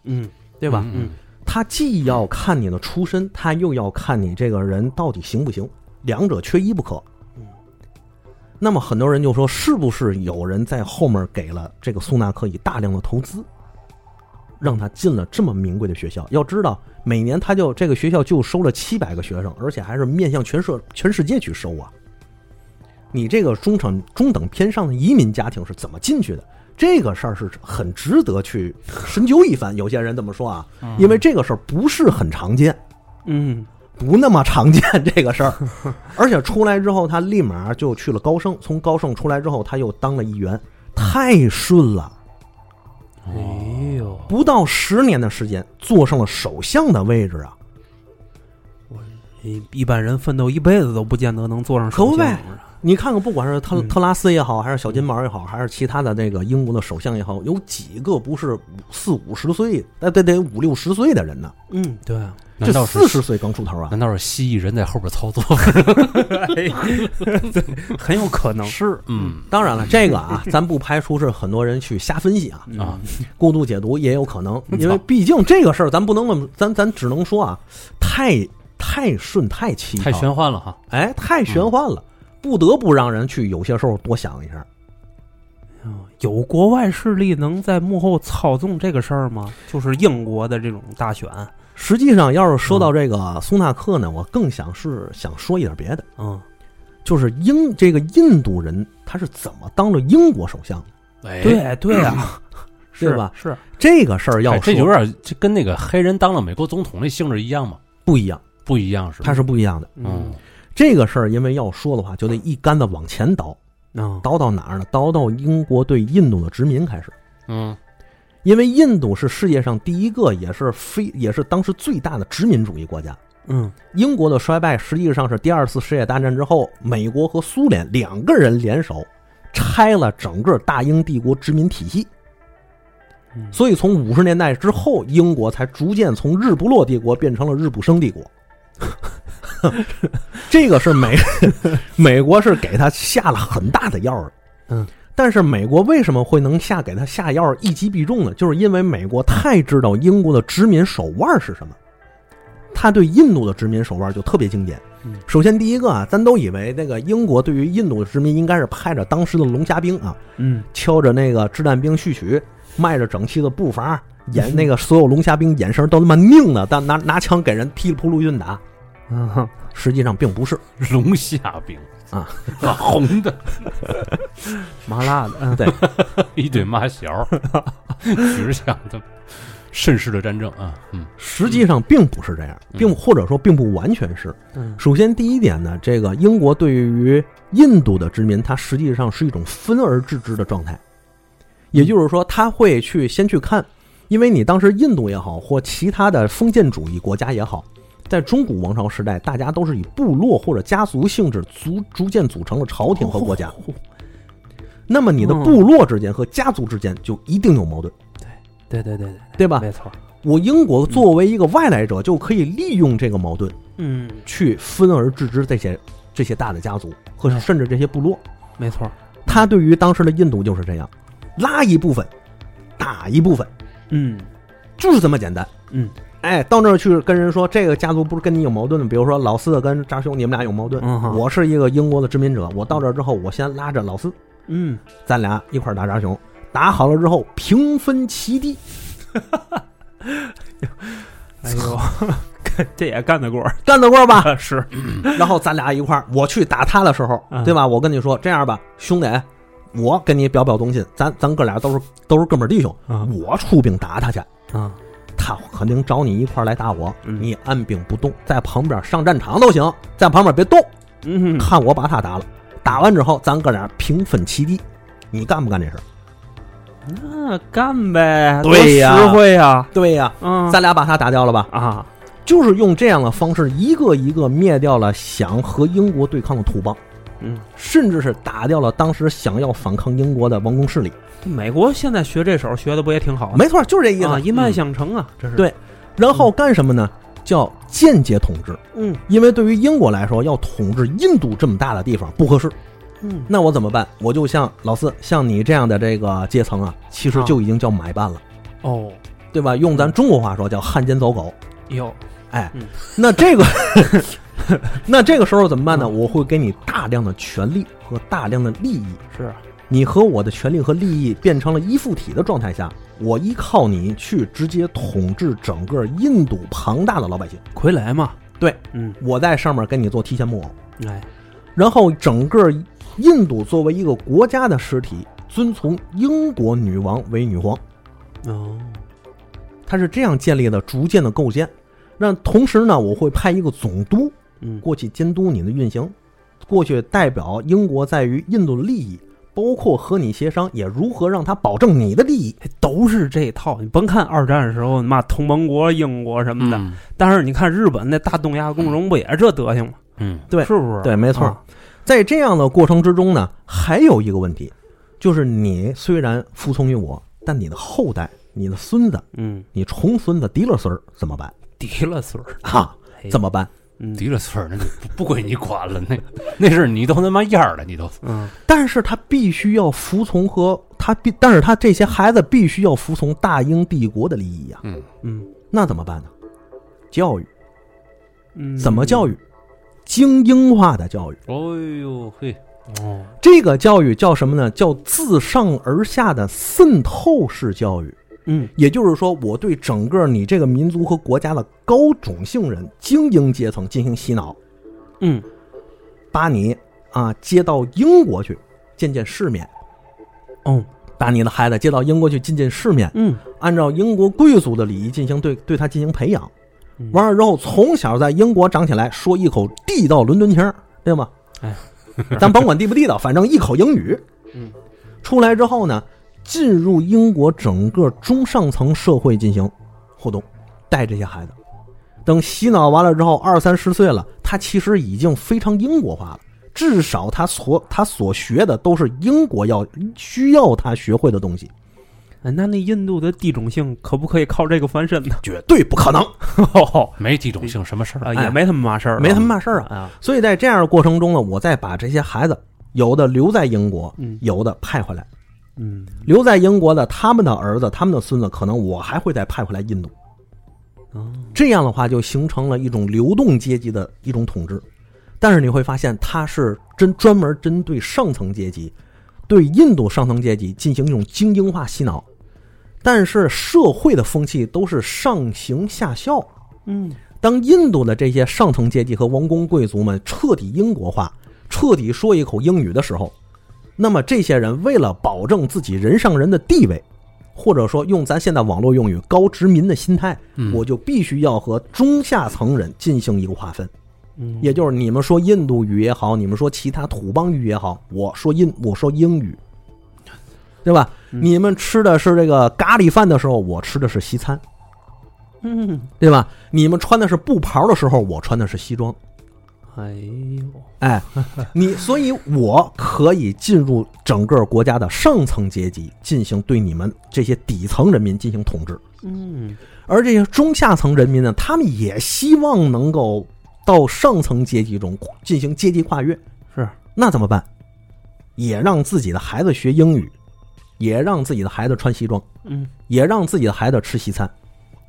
[SPEAKER 2] 嗯，对吧？
[SPEAKER 1] 嗯
[SPEAKER 3] 他既要看你的出身，他又要看你这个人到底行不行，两者缺一不可
[SPEAKER 2] 嗯。
[SPEAKER 3] 那么很多人就说，是不是有人在后面给了这个苏纳克以大量的投资，让他进了这么名贵的学校？要知道，每年他就这个学校就收了七百个学生，而且还是面向全社全世界去收啊。你这个中产中等偏上的移民家庭是怎么进去的？这个事儿是很值得去深究一番。有些人这么说啊，因为这个事儿不是很常见，
[SPEAKER 2] 嗯，
[SPEAKER 3] 不那么常见这个 事儿。而且出来之后，他立马就去了高盛，从高盛出来之后，他又当了议员，太顺了。
[SPEAKER 2] 哎呦，
[SPEAKER 3] 不到十年的时间，坐上了首相的位置啊！
[SPEAKER 2] 一一般人奋斗一辈子都不见得能坐上
[SPEAKER 3] 可
[SPEAKER 2] 首
[SPEAKER 3] 不
[SPEAKER 2] 相
[SPEAKER 3] 呗。你看看，不管是特
[SPEAKER 2] 嗯
[SPEAKER 3] 特拉斯也好，还是小金毛也好，还是其他的那个英国的首相也好，有几个不是五四五十岁，哎，对得五六十岁的人呢？
[SPEAKER 2] 嗯，对啊，
[SPEAKER 1] 难
[SPEAKER 3] 这
[SPEAKER 1] 道是
[SPEAKER 3] 四十岁刚出头啊！
[SPEAKER 1] 难道是蜥蜴人在后边操作？
[SPEAKER 2] 很有可 能
[SPEAKER 1] 是，嗯
[SPEAKER 3] 当然了，这个啊，咱不排除是很多人去瞎分析啊，
[SPEAKER 2] 嗯
[SPEAKER 1] 啊，
[SPEAKER 3] 过度解读也有可能，因
[SPEAKER 1] 操
[SPEAKER 3] 为毕竟这个事儿咱不能问，咱咱只能说啊，太太顺太蹊
[SPEAKER 1] 太
[SPEAKER 3] 跷，
[SPEAKER 1] 玄幻了嗯哈。
[SPEAKER 3] 哎，太玄幻了，不得不让人去有些时候多想一下。
[SPEAKER 2] 嗯有国外势力能在幕后操纵这个事儿吗？就是英国的这种大选，
[SPEAKER 3] 实际上，要是说到这个苏纳克呢，我更想是想说一点别的，
[SPEAKER 2] 嗯，
[SPEAKER 3] 就是英这个印度人他是怎么当了英国首相的
[SPEAKER 1] 哎，
[SPEAKER 2] 对对啊，是
[SPEAKER 3] 对吧
[SPEAKER 2] 是，
[SPEAKER 3] 这个事儿要
[SPEAKER 1] 哎这
[SPEAKER 3] 说
[SPEAKER 1] 有点这跟那个黑人当了美国总统那性质一样吗？
[SPEAKER 3] 不一样，
[SPEAKER 1] 不一样是吧？
[SPEAKER 3] 它是不一样的。
[SPEAKER 1] 嗯
[SPEAKER 2] 嗯，
[SPEAKER 3] 这个事儿因为要说的话，就得一竿子往前倒，
[SPEAKER 2] 啊，
[SPEAKER 3] 倒到哪儿呢？倒到英国对印度的殖民开始。
[SPEAKER 1] 嗯
[SPEAKER 3] 因为印度是世界上第一个，也是非也是当时最大的殖民主义国家。
[SPEAKER 2] 嗯，
[SPEAKER 3] 英国的衰败实际上是第二次世界大战之后，美国和苏联两个人联手拆了整个大英帝国殖民体系。
[SPEAKER 2] 嗯
[SPEAKER 3] 所以从五十年代之后，英国才逐渐从日不落帝国变成了日不生帝国。 这个是美 美国是给他下了很大的药儿。
[SPEAKER 2] 嗯，
[SPEAKER 3] 但是美国为什么会能下给他下药儿一击必中呢？就是因为美国太知道英国的殖民手腕是什么。他对印度的殖民手腕就特别经典
[SPEAKER 2] 嗯。
[SPEAKER 3] 首先，第一个啊，咱都以为那个英国对于印度的殖民应该是派着当时的龙虾兵啊，
[SPEAKER 2] 嗯，
[SPEAKER 3] 敲着那个掷弹兵序曲，迈着整齐的步伐，眼那个所有龙虾兵眼神都他妈拧的，但拿拿枪给人噼里扑噜一顿打。
[SPEAKER 2] 啊，
[SPEAKER 3] 实际上并不是，
[SPEAKER 1] 龙虾饼
[SPEAKER 3] 啊，
[SPEAKER 1] 红的
[SPEAKER 2] 麻辣的，嗯，
[SPEAKER 3] 对，
[SPEAKER 1] 一堆麻小儿， 指向的绅士的战争啊，嗯
[SPEAKER 3] 实际上并不是这样，并或者说并不完全是。
[SPEAKER 2] 嗯
[SPEAKER 3] 首先，第一点呢，这个英国对于印度的殖民，它实际上是一种分而治之的状态，也就是说，他会去先去看，因为你当时印度也好，或其他的封建主义国家也好，在中古王朝时代，大家都是以部落或者家族性质逐逐渐组成了朝廷和国
[SPEAKER 2] 哦
[SPEAKER 3] 家。那么你的部落之间和家族之间就一定有矛盾，
[SPEAKER 2] 对对嗯对对，
[SPEAKER 3] 对吧？
[SPEAKER 2] 没错，
[SPEAKER 3] 我英国作为一个外来者，就可以利用这个矛盾
[SPEAKER 2] 嗯，
[SPEAKER 3] 去分而治之这些这些大的家族和
[SPEAKER 2] 嗯
[SPEAKER 3] 甚至这些部落。
[SPEAKER 2] 没错，
[SPEAKER 3] 他对于当时的印度就是这样，拉一部分，打一部分，
[SPEAKER 2] 嗯
[SPEAKER 3] 就是这么简单。
[SPEAKER 2] 嗯
[SPEAKER 3] 哎，到那儿去跟人说，这个家族不是跟你有矛盾的，比如说老四跟扎兄，你们俩有矛盾。
[SPEAKER 2] 嗯哼
[SPEAKER 3] 我是一个英国的殖民者，我到这儿之后，我先拉着老四，
[SPEAKER 2] 嗯，
[SPEAKER 3] 咱俩一块儿打扎熊，打好了之后平分其地。
[SPEAKER 2] 哎呦， 这也干得过，
[SPEAKER 3] 干得过吧？
[SPEAKER 2] 是，
[SPEAKER 3] 然后咱俩一块儿，我去打他的时候，
[SPEAKER 2] 嗯
[SPEAKER 3] 对吧？我跟你说，这样吧，兄弟，我跟你表表忠心，咱咱哥俩都是都是哥们儿弟兄，
[SPEAKER 2] 啊
[SPEAKER 3] 我出兵打他去，
[SPEAKER 2] 啊，
[SPEAKER 3] 他肯定找你一块儿来打我，
[SPEAKER 2] 嗯
[SPEAKER 3] 你按兵不动，在旁边上战场都行，在旁边别动，
[SPEAKER 2] 嗯，
[SPEAKER 3] 看我把他打了，打完之后咱哥俩平分其地，你干不干这事儿？
[SPEAKER 2] 那干呗，
[SPEAKER 3] 对呀
[SPEAKER 2] 多实惠呀，
[SPEAKER 3] 对呀、
[SPEAKER 2] 嗯，
[SPEAKER 3] 咱俩把他打掉了吧，
[SPEAKER 2] 啊，
[SPEAKER 3] 就是用这样的方式，一个一个灭掉了想和英国对抗的土邦。
[SPEAKER 2] 嗯，
[SPEAKER 3] 甚至是打掉了当时想要反抗英国的王公势力。
[SPEAKER 2] 美国现在学这手学的不也挺好的？
[SPEAKER 3] 没错，就是这意思。
[SPEAKER 2] 嗯啊，一脉相承啊，这是
[SPEAKER 3] 对然后干什么呢？叫间接统治，
[SPEAKER 2] 嗯
[SPEAKER 3] 因为对于英国来说，要统治印度这么大的地方不合适。
[SPEAKER 2] 嗯，
[SPEAKER 3] 那我怎么办？我就像老四，像你这样的这个阶层啊，其实就已经叫买办了，
[SPEAKER 2] 哦，
[SPEAKER 3] 对吧？用咱中国话说叫汉奸走狗。
[SPEAKER 2] 有，
[SPEAKER 3] 哎
[SPEAKER 2] 嗯，
[SPEAKER 3] 那这个， 那这个时候怎么办呢？
[SPEAKER 2] 嗯
[SPEAKER 3] 我会给你大量的权利和大量的利益。
[SPEAKER 2] 是，啊
[SPEAKER 3] 你和我的权利和利益变成了依附体的状态下，我依靠你去直接统治整个印度庞大的老百姓，
[SPEAKER 2] 傀儡嘛，
[SPEAKER 3] 对，
[SPEAKER 2] 嗯，
[SPEAKER 3] 我在上面跟你做提线木偶，
[SPEAKER 2] 哎，
[SPEAKER 3] 然后整个印度作为一个国家的实体，遵从英国女王为女皇，
[SPEAKER 2] 哦，
[SPEAKER 3] 它是这样建立的，逐渐的构建。那同时呢，我会派一个总督
[SPEAKER 2] 嗯，
[SPEAKER 3] 过去监督你的运行，过去代表英国在于印度的利益，包括和你协商，也如何让他保证你的利益。
[SPEAKER 2] 哎都是这套。你甭看二战的时候，嘛同盟国、英国什么的，
[SPEAKER 1] 嗯
[SPEAKER 2] 但是你看日本那大东亚共荣不也这德行吗？
[SPEAKER 1] 嗯
[SPEAKER 3] 对
[SPEAKER 2] 是不是？
[SPEAKER 3] 对，没错。
[SPEAKER 2] 啊
[SPEAKER 3] 在这样的过程之中呢，还有一个问题，就是你虽然服从于我，但你的后代、你的孙子、
[SPEAKER 2] 嗯，
[SPEAKER 3] 你重孙子、嫡了孙儿怎么办？
[SPEAKER 2] 提了嘴儿，
[SPEAKER 3] 哈，怎
[SPEAKER 2] 么？
[SPEAKER 3] 么办？
[SPEAKER 2] 嗯
[SPEAKER 1] 提了村儿，那就不不归你管了，那那事儿你都他妈样儿了，你都
[SPEAKER 2] 嗯，
[SPEAKER 3] 但是他必须要服从和他必，但是他这些孩子必须要服从大英帝国的利益呀、
[SPEAKER 1] 嗯
[SPEAKER 2] 嗯
[SPEAKER 3] 那怎么办呢？教育
[SPEAKER 2] 嗯，
[SPEAKER 3] 怎么教
[SPEAKER 2] 育？
[SPEAKER 3] 育？精英化的教育，
[SPEAKER 1] 哎呦嘿，
[SPEAKER 2] 哦，
[SPEAKER 3] 这个教育叫什么呢？叫自上而下的渗透式教育。
[SPEAKER 2] 嗯
[SPEAKER 3] 也就是说，我对整个你这个民族和国家的高种姓人、精英阶层进行洗脑，
[SPEAKER 2] 嗯，
[SPEAKER 3] 把你啊接到英国去见见世面，
[SPEAKER 2] 哦，
[SPEAKER 3] 把你的孩子接到英国去见见世面，
[SPEAKER 2] 嗯，
[SPEAKER 3] 按照英国贵族的礼仪进行对对他进行培养。
[SPEAKER 2] 嗯
[SPEAKER 3] 完了之后，从小在英国长起来，说一口地道伦敦腔儿，对吗？
[SPEAKER 2] 哎，
[SPEAKER 3] 咱甭管地不地道，反正一口英语。
[SPEAKER 2] 嗯，
[SPEAKER 3] 出来之后呢，进入英国整个中上层社会进行互动，带这些孩子。等洗脑完了之后，二三十岁了，他其实已经非常英国化了。至少他所他所学的都是英国要需要他学会的东西，
[SPEAKER 2] 哎那那印度的地种性可不可以靠这个翻身呢？
[SPEAKER 3] 绝对不可能。
[SPEAKER 1] 没地种性什么事儿
[SPEAKER 2] 啊，哦也没他们嘛事儿，
[SPEAKER 3] 没他们嘛事儿啊。
[SPEAKER 2] 啊，
[SPEAKER 3] 所以在这样的过程中呢，我再把这些孩子，有的留在英国，
[SPEAKER 2] 嗯
[SPEAKER 3] 有的派回来。
[SPEAKER 2] 嗯，
[SPEAKER 3] 留在英国的他们的儿子、他们的孙子，可能我还会再派回来印度。
[SPEAKER 2] 哦，
[SPEAKER 3] 这样的话，就形成了一种流动阶级的一种统治。但是你会发现，它是针专门针对上层阶级，对印度上层阶级进行一种精英化洗脑。但是社会的风气都是上行下效，
[SPEAKER 2] 嗯，
[SPEAKER 3] 当印度的这些上层阶级和王公贵族们彻底英国化、彻底说一口英语的时候，那么这些人为了保证自己人上人的地位，或者说用咱现在网络用语高殖民的心态，
[SPEAKER 1] 嗯
[SPEAKER 3] 我就必须要和中下层人进行一个划分。
[SPEAKER 2] 嗯
[SPEAKER 3] 也就是你们说印度语也好，你们说其他土邦语也好，我说印我说英语，对吧？
[SPEAKER 2] 嗯
[SPEAKER 3] 你们吃的是这个咖喱饭的时候，我吃的是西餐。
[SPEAKER 2] 嗯，
[SPEAKER 3] 对吧？你们穿的是布袍的时候，我穿的是西装。
[SPEAKER 2] 哎呦，
[SPEAKER 3] 哎，你所以我可以进入整个国家的上层阶级，进行对你们这些底层人民进行统治。
[SPEAKER 2] 嗯，
[SPEAKER 3] 而这些中下层人民呢，他们也希望能够到上层阶级中进行阶级跨越。
[SPEAKER 2] 是，
[SPEAKER 3] 那怎么办？也让自己的孩子学英语，也让自己的孩子穿西装，
[SPEAKER 2] 嗯，
[SPEAKER 3] 也让自己的孩子吃西餐，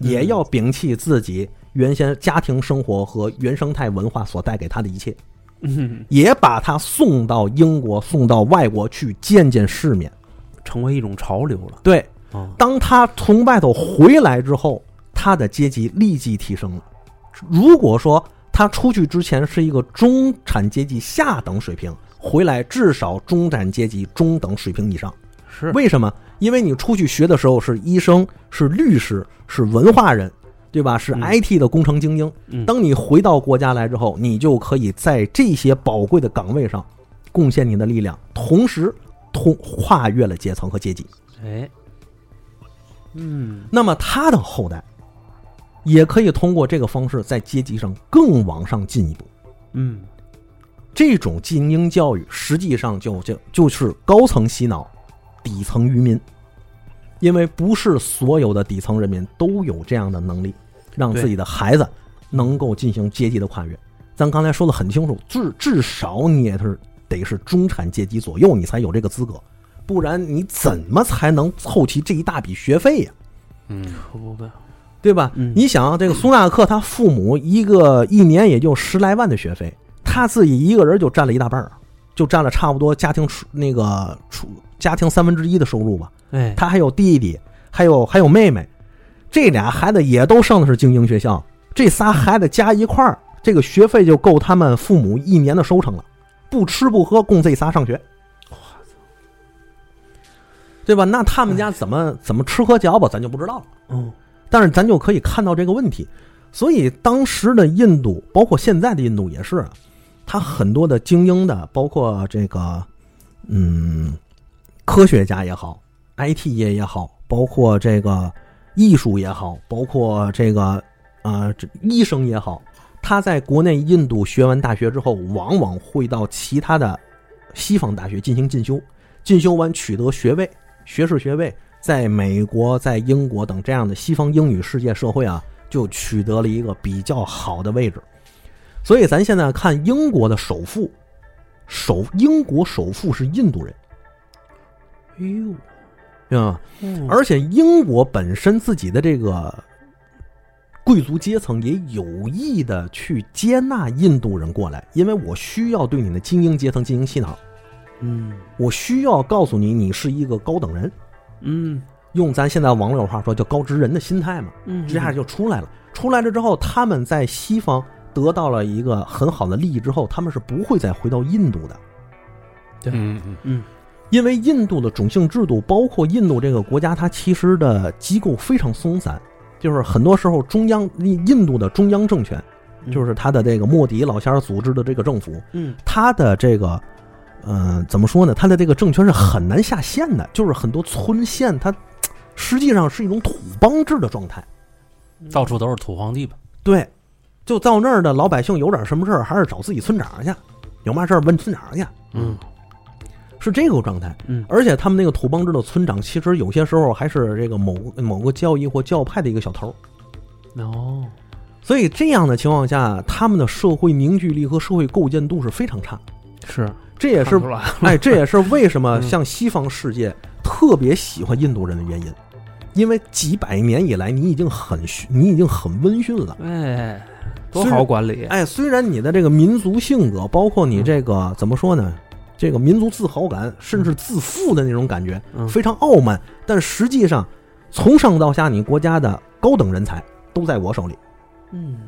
[SPEAKER 2] 嗯
[SPEAKER 3] 也要摒弃自己原先家庭生活和原生态文化所带给他的一切，
[SPEAKER 2] 嗯，
[SPEAKER 3] 也把他送到英国、送到外国去见见世面。
[SPEAKER 2] 成为一种潮流了
[SPEAKER 3] 对，
[SPEAKER 1] 哦
[SPEAKER 2] 啊，
[SPEAKER 3] 当他从外头回来之后，他的阶级立即提升了。如果说他出去之前是一个中产阶级下等水平，回来至少中产阶级中等水平以上。
[SPEAKER 2] 是，
[SPEAKER 3] 为什么？因为你出去学的时候是医生、是律师、是文化人，对吧？是
[SPEAKER 2] 嗯
[SPEAKER 3] IT 的工程精英。
[SPEAKER 2] 嗯
[SPEAKER 3] 当你回到国家来之后，你就可以在这些宝贵的岗位上贡献你的力量，同时通跨越了阶层和阶级。
[SPEAKER 2] 哎，嗯，
[SPEAKER 3] 那么他的后代也可以通过这个方式在阶级上更往上进一步。
[SPEAKER 2] 嗯，
[SPEAKER 3] 这种精英教育实际上就就就是高层洗脑，底层愚民，因为不是所有的底层人民都有这样的能力。让自己的孩子能够进行阶级的跨越。咱刚才说的很清楚，至至少你也是得是中产阶级左右，你才有这个资格，不然你怎么才能凑齐这一大笔学费呀、
[SPEAKER 1] 嗯，
[SPEAKER 2] 可不呗，
[SPEAKER 3] 对吧？
[SPEAKER 2] 嗯
[SPEAKER 3] 你想啊，这个苏纳克他父母一个一年也就十来万的学费，他自己一个人就占了一大半儿，就占了差不多家庭出那个出家庭三分之一的收入吧。
[SPEAKER 2] 哎，
[SPEAKER 3] 他还有弟弟，还有还有妹妹，这俩孩子也都上的是精英学校，这仨孩子加一块儿，这个学费就够他们父母一年的收成了，不吃不喝供这仨上学。对吧？那他们家怎么怎么吃喝嚼吧，咱就不知道了。
[SPEAKER 2] 嗯
[SPEAKER 3] 但是咱就可以看到这个问题。所以当时的印度，包括现在的印度也是啊，它很多的精英的，包括这个嗯科学家也好，IT 业也好，包括这个艺术也好，包括这个呃这医生也好，他在国内印度学完大学之后，往往会到其他的西方大学进行进修，进修完取得学位、学士学位，在美国、在英国等这样的西方英语世界社会啊，就取得了一个比较好的位置。所以咱现在看英国的首富，首英国首富是印度人，
[SPEAKER 2] 哎呦，
[SPEAKER 3] 啊、
[SPEAKER 2] 嗯
[SPEAKER 3] 而且英国本身自己的这个贵族阶层也有意的去接纳印度人过来，因为我需要对你的精英阶层进行洗脑，
[SPEAKER 2] 嗯
[SPEAKER 3] 我需要告诉你你是一个高等人，
[SPEAKER 2] 嗯
[SPEAKER 3] 用咱现在网友话说叫高知人的心态嘛。
[SPEAKER 2] 嗯，
[SPEAKER 3] 这下就出来了。出来了之后，他们在西方得到了一个很好的利益之后，他们是不会再回到印度的，
[SPEAKER 2] 对
[SPEAKER 1] 嗯嗯
[SPEAKER 2] 嗯
[SPEAKER 3] 因为印度的种姓制度，包括印度这个国家，它其实的机构非常松散，就是很多时候中央印印度的中央政权，
[SPEAKER 2] 嗯
[SPEAKER 3] 就是他的这个莫迪老先生组织的这个政府，
[SPEAKER 2] 嗯
[SPEAKER 3] 他的这个。嗯，怎么说呢？他的这个政权是很难下线的，就是很多村县，它实际上是一种土邦制的状态。
[SPEAKER 2] 嗯
[SPEAKER 1] 到处都是土皇帝吧？
[SPEAKER 3] 对，就到那儿的老百姓有点什么事儿，还是找自己村长去，有嘛事儿问村长去，
[SPEAKER 1] 嗯
[SPEAKER 3] 是这个状态。
[SPEAKER 2] 嗯
[SPEAKER 3] 而且他们那个土邦制的村长，其实有些时候还是这个某某个教义或教派的一个小头儿。
[SPEAKER 2] 哦，
[SPEAKER 3] 所以这样的情况下，他们的社会凝聚力和社会构建度是非常差。
[SPEAKER 2] 是
[SPEAKER 3] 这也是
[SPEAKER 2] 看出来了
[SPEAKER 3] 哎，这也是为什么
[SPEAKER 2] 嗯
[SPEAKER 3] 像西方世界特别喜欢印度人的原因，因为几百年以来你已经很虚你已经很温驯了。
[SPEAKER 2] 哎，多
[SPEAKER 3] 虽然
[SPEAKER 2] 好管理，
[SPEAKER 3] 哎，虽然你的这个民族性格，包括
[SPEAKER 2] 嗯
[SPEAKER 3] 你这个怎么说呢，这个民族自豪感，甚至自负的那种感觉，
[SPEAKER 2] 嗯
[SPEAKER 3] 非常傲慢，但实际上，从上到下，你国家的高等人才都在我手里，
[SPEAKER 2] 嗯